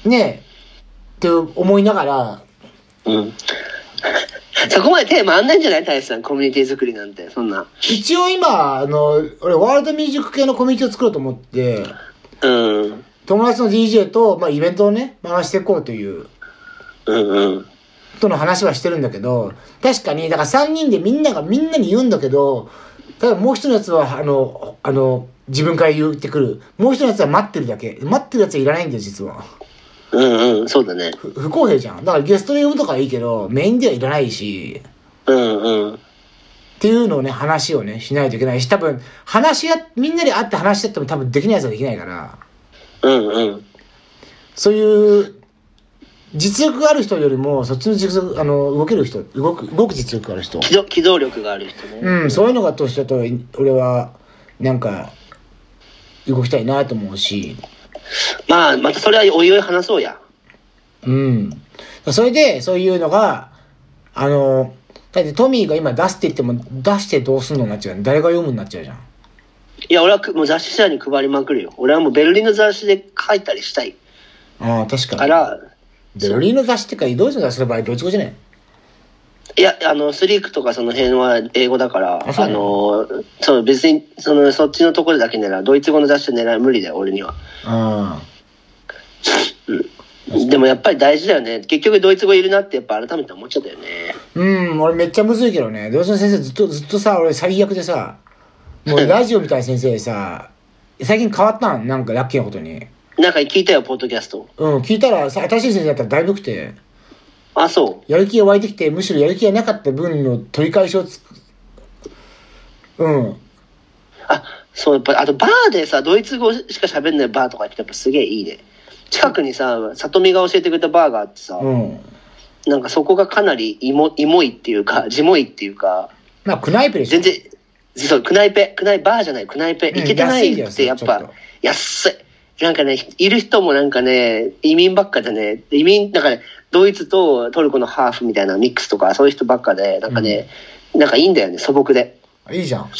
Speaker 2: ねえ、って思いながら、
Speaker 3: うん。 そこまでテーマあんないんじゃない大志さん、コミュニティ作りなんて、そんな。
Speaker 2: 一応今、あの、俺、ワールドミュージック系のコミュニティを作ろうと思って、
Speaker 3: うん。
Speaker 2: 友達の DJ と、まあ、イベントをね、回していこうという、
Speaker 3: うんうん。
Speaker 2: との話はしてるんだけど、確かに、だから3人でみんながみんなに言うんだけど、ただもう一人のやつは、あの、あの、自分から言ってくる。もう一人のやつは待ってるだけ。待ってるやつはいらないんだよ、実は。
Speaker 3: うんうん。そうだね。
Speaker 2: ふ不公平じゃん。だからゲストで呼ぶとかはいいけど、メインではいらないし、
Speaker 3: うんうん。
Speaker 2: っていうのをね、話をね、しないといけないし、多分、話し合っみんなで会って話し合っても多分できないやつはできないから。
Speaker 3: うんうん。
Speaker 2: そういう、実力がある人よりも、そっちの実力、あの、動ける人、動く、動く実力がある人。
Speaker 3: 機動機動力がある人ね。
Speaker 2: うん、そういうのが年だと、い俺は、なんか、動きたいなと思うし、
Speaker 3: まあ、またそれはおいおい話そうや。
Speaker 2: うん。それで、そういうのが、あの、だってトミーが今出すって言っても、出してどうすんのになっちゃう誰が読むになっちゃうじゃん。
Speaker 3: いや、俺はくもう雑誌社に配りまくるよ。俺はもうベルリンの雑誌で書いたりしたい
Speaker 2: ああ、確かに。
Speaker 3: から、
Speaker 2: ベルリンの雑誌ってか、ドイツの雑誌の場合、ドイツ語じゃない
Speaker 3: いや、あの、スリークとかその辺は英語だから、
Speaker 2: あそ
Speaker 3: あ
Speaker 2: うな
Speaker 3: の、そう、別に、その、そっちのところだけ狙う。ドイツ語の雑誌で狙う無理だよ、俺には。
Speaker 2: あ
Speaker 3: でもやっぱり大事だよね。結局ドイツ語いるなってやっぱ改めて思っちゃったよね。
Speaker 2: うん、俺めっちゃむずいけどね。どうせ先生ずっと、ずっとさ、俺最悪で さ、もうラジオみたいな先生でさ、最近変わったんなんかラッキーなことに。
Speaker 3: なんか聞いたよ、ポッドキャスト。
Speaker 2: うん、聞いたらさ、新しい先生だったらだいぶよくて、
Speaker 3: あ、そ
Speaker 2: やる気が湧いてきて、むしろやる気がなかった分の取り返しをつく。うん。
Speaker 3: う。あ、そう、やっぱ、あとバーでさ、ドイツ語しか喋んないバーとか行ってやっぱすげえいいね。近くにさ、里美が教えてくれたバーがあってさ、
Speaker 2: うん。
Speaker 3: なんかそこがかなりイモ、イモいっていうか、ジモいっていうか、
Speaker 2: まあ、クナイプでしょ
Speaker 3: 全。然、そう、クナイペ、クナイ、バーじゃない、クナイペ、
Speaker 2: うん
Speaker 3: 行けてな
Speaker 2: 安いん
Speaker 3: いっ
Speaker 2: だ
Speaker 3: て
Speaker 2: よ
Speaker 3: やっ
Speaker 2: ちょっ
Speaker 3: ぱ
Speaker 2: と、
Speaker 3: 安い。なんかね、いる人もなんかね、移民ばっかでね、移民、なんかね、ドイツとトルコのハーフみたいなミックスとか、そういう人ばっかで、なんかね、なんかいいんだよね、素朴で。
Speaker 2: いいじゃん。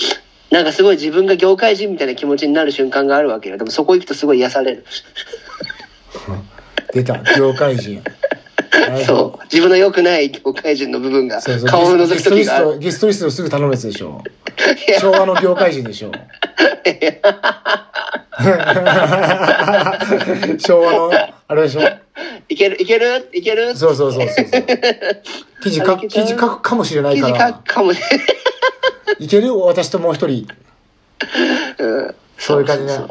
Speaker 3: なんかすごい自分が業界人みたいな気持ちになる瞬間があるわけよ。でもそこ行くとすごい癒される。
Speaker 2: 出た。業界 人。
Speaker 3: そう。自分の良くない業界人の部分が
Speaker 2: そうそう
Speaker 3: 顔を覗
Speaker 2: ゲ
Speaker 3: く
Speaker 2: スト
Speaker 3: 時
Speaker 2: リス
Speaker 3: がある。
Speaker 2: ト、ゲストリストすぐ頼むやつでしょ。昭和の業界人でしょ。 昭和の、あれでしょ。
Speaker 3: いける、いける、いける
Speaker 2: そうそうそうそうそう。記事
Speaker 3: あ
Speaker 2: か、
Speaker 3: いけ
Speaker 2: 記
Speaker 3: ちゃう
Speaker 2: 事書くかもしれない
Speaker 3: 記
Speaker 2: か
Speaker 3: 事書
Speaker 2: ら
Speaker 3: く。かもね。
Speaker 2: いける私ともう一人。そういう感じな。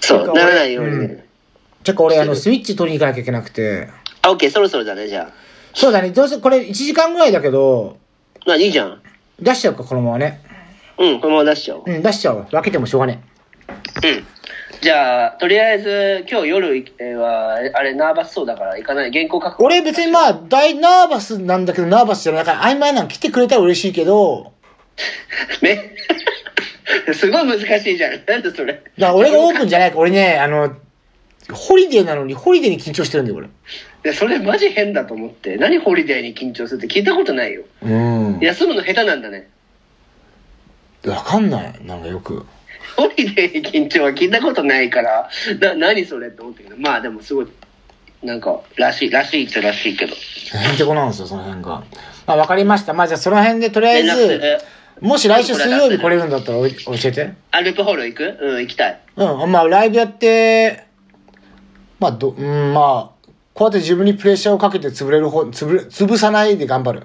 Speaker 3: そう、ならないようにね。
Speaker 2: ちょっと俺、あの、スイッチ取りに行かなきゃいけなくて。
Speaker 3: あ、オッケー、そろそろだね、じゃあ。
Speaker 2: そうだね。どうせこれ1時間ぐらいだけど、
Speaker 3: まあ、いいじゃん。
Speaker 2: 出しちゃうか、このままね。
Speaker 3: うん、このまま出しちゃおう。
Speaker 2: うん、出しちゃうわ。分けてもしょうがね
Speaker 3: うん。じゃあ、とりあえず、今日夜は、あれ、ナーバスそうだから、行かない。原稿書
Speaker 2: え。
Speaker 3: く。
Speaker 2: 俺別にまあ、大ナーバスなんだけど、ナーバスじゃないから、曖昧なの来てくれたら嬉しいけど、
Speaker 3: ねすごい難しいじゃん。なんでそ
Speaker 2: だ
Speaker 3: れ。
Speaker 2: から俺がオープンじゃないから、俺ね、あの、ホリデーなのに、ホリデーに緊張してるんだよ、俺。
Speaker 3: でそれマジ変だと思って。何ホリデーに緊張するって聞いたことないよ。
Speaker 2: うん。
Speaker 3: 休むの下手なんだね。
Speaker 2: わかんない。なんかよく。
Speaker 3: ホリデーに緊張は聞いたことないから、な、何それって思ったけど、まあでもすごい、なんか、らしい、らしいっちゃらしいけど。
Speaker 2: へんてこなんですよ、その辺が。まあ、わかりました。まあ、じゃあその辺でとりあえ
Speaker 3: 連絡す
Speaker 2: ず、
Speaker 3: る。
Speaker 2: もし来週水曜日来れるんだったらおい教えて。
Speaker 3: アルプホール行くうん、行きたい。
Speaker 2: うん、まあ、ライブやって、まあ、ど、うん、まあ、こうやって自分にプレッシャーをかけて潰れる方、潰れ、潰さないで頑張る。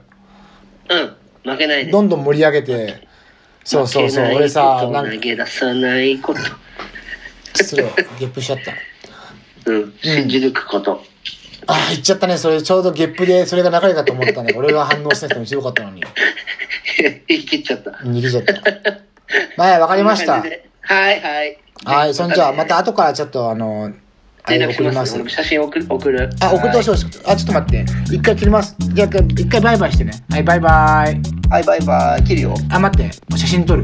Speaker 3: うん、負けないで。
Speaker 2: どんどん盛り上げて、そうそうそう、
Speaker 3: 負けない
Speaker 2: 俺さ
Speaker 3: こ、
Speaker 2: な
Speaker 3: と
Speaker 2: ん
Speaker 3: 投
Speaker 2: か、
Speaker 3: げ出さないこと。
Speaker 2: 失礼、ゲップしちゃった。
Speaker 3: うん、信じ抜くこと。
Speaker 2: ああ、言っちゃったね、それ、ちょうどゲップで、それが流れたと思ったね。俺が反応しなくても強かったのに。
Speaker 3: 言い切っちゃった。
Speaker 2: 逃げちゃった。はい、わかりまし
Speaker 3: こ
Speaker 2: た
Speaker 3: んな。感じではいはい。
Speaker 2: はい、そんじゃあ、また後からちょっと、あの、あれ
Speaker 3: 連絡し
Speaker 2: 送りま
Speaker 3: ます。
Speaker 2: す
Speaker 3: 俺。も写真送る。送る
Speaker 2: あ、送ってほしい
Speaker 3: は。
Speaker 2: あ、ちょっと待って。一回切ります。じゃあ、一回バイバイしてね。はい、バイバイ。
Speaker 3: いはい、バイバイ。切るよ。
Speaker 2: あ、待って。写真撮る。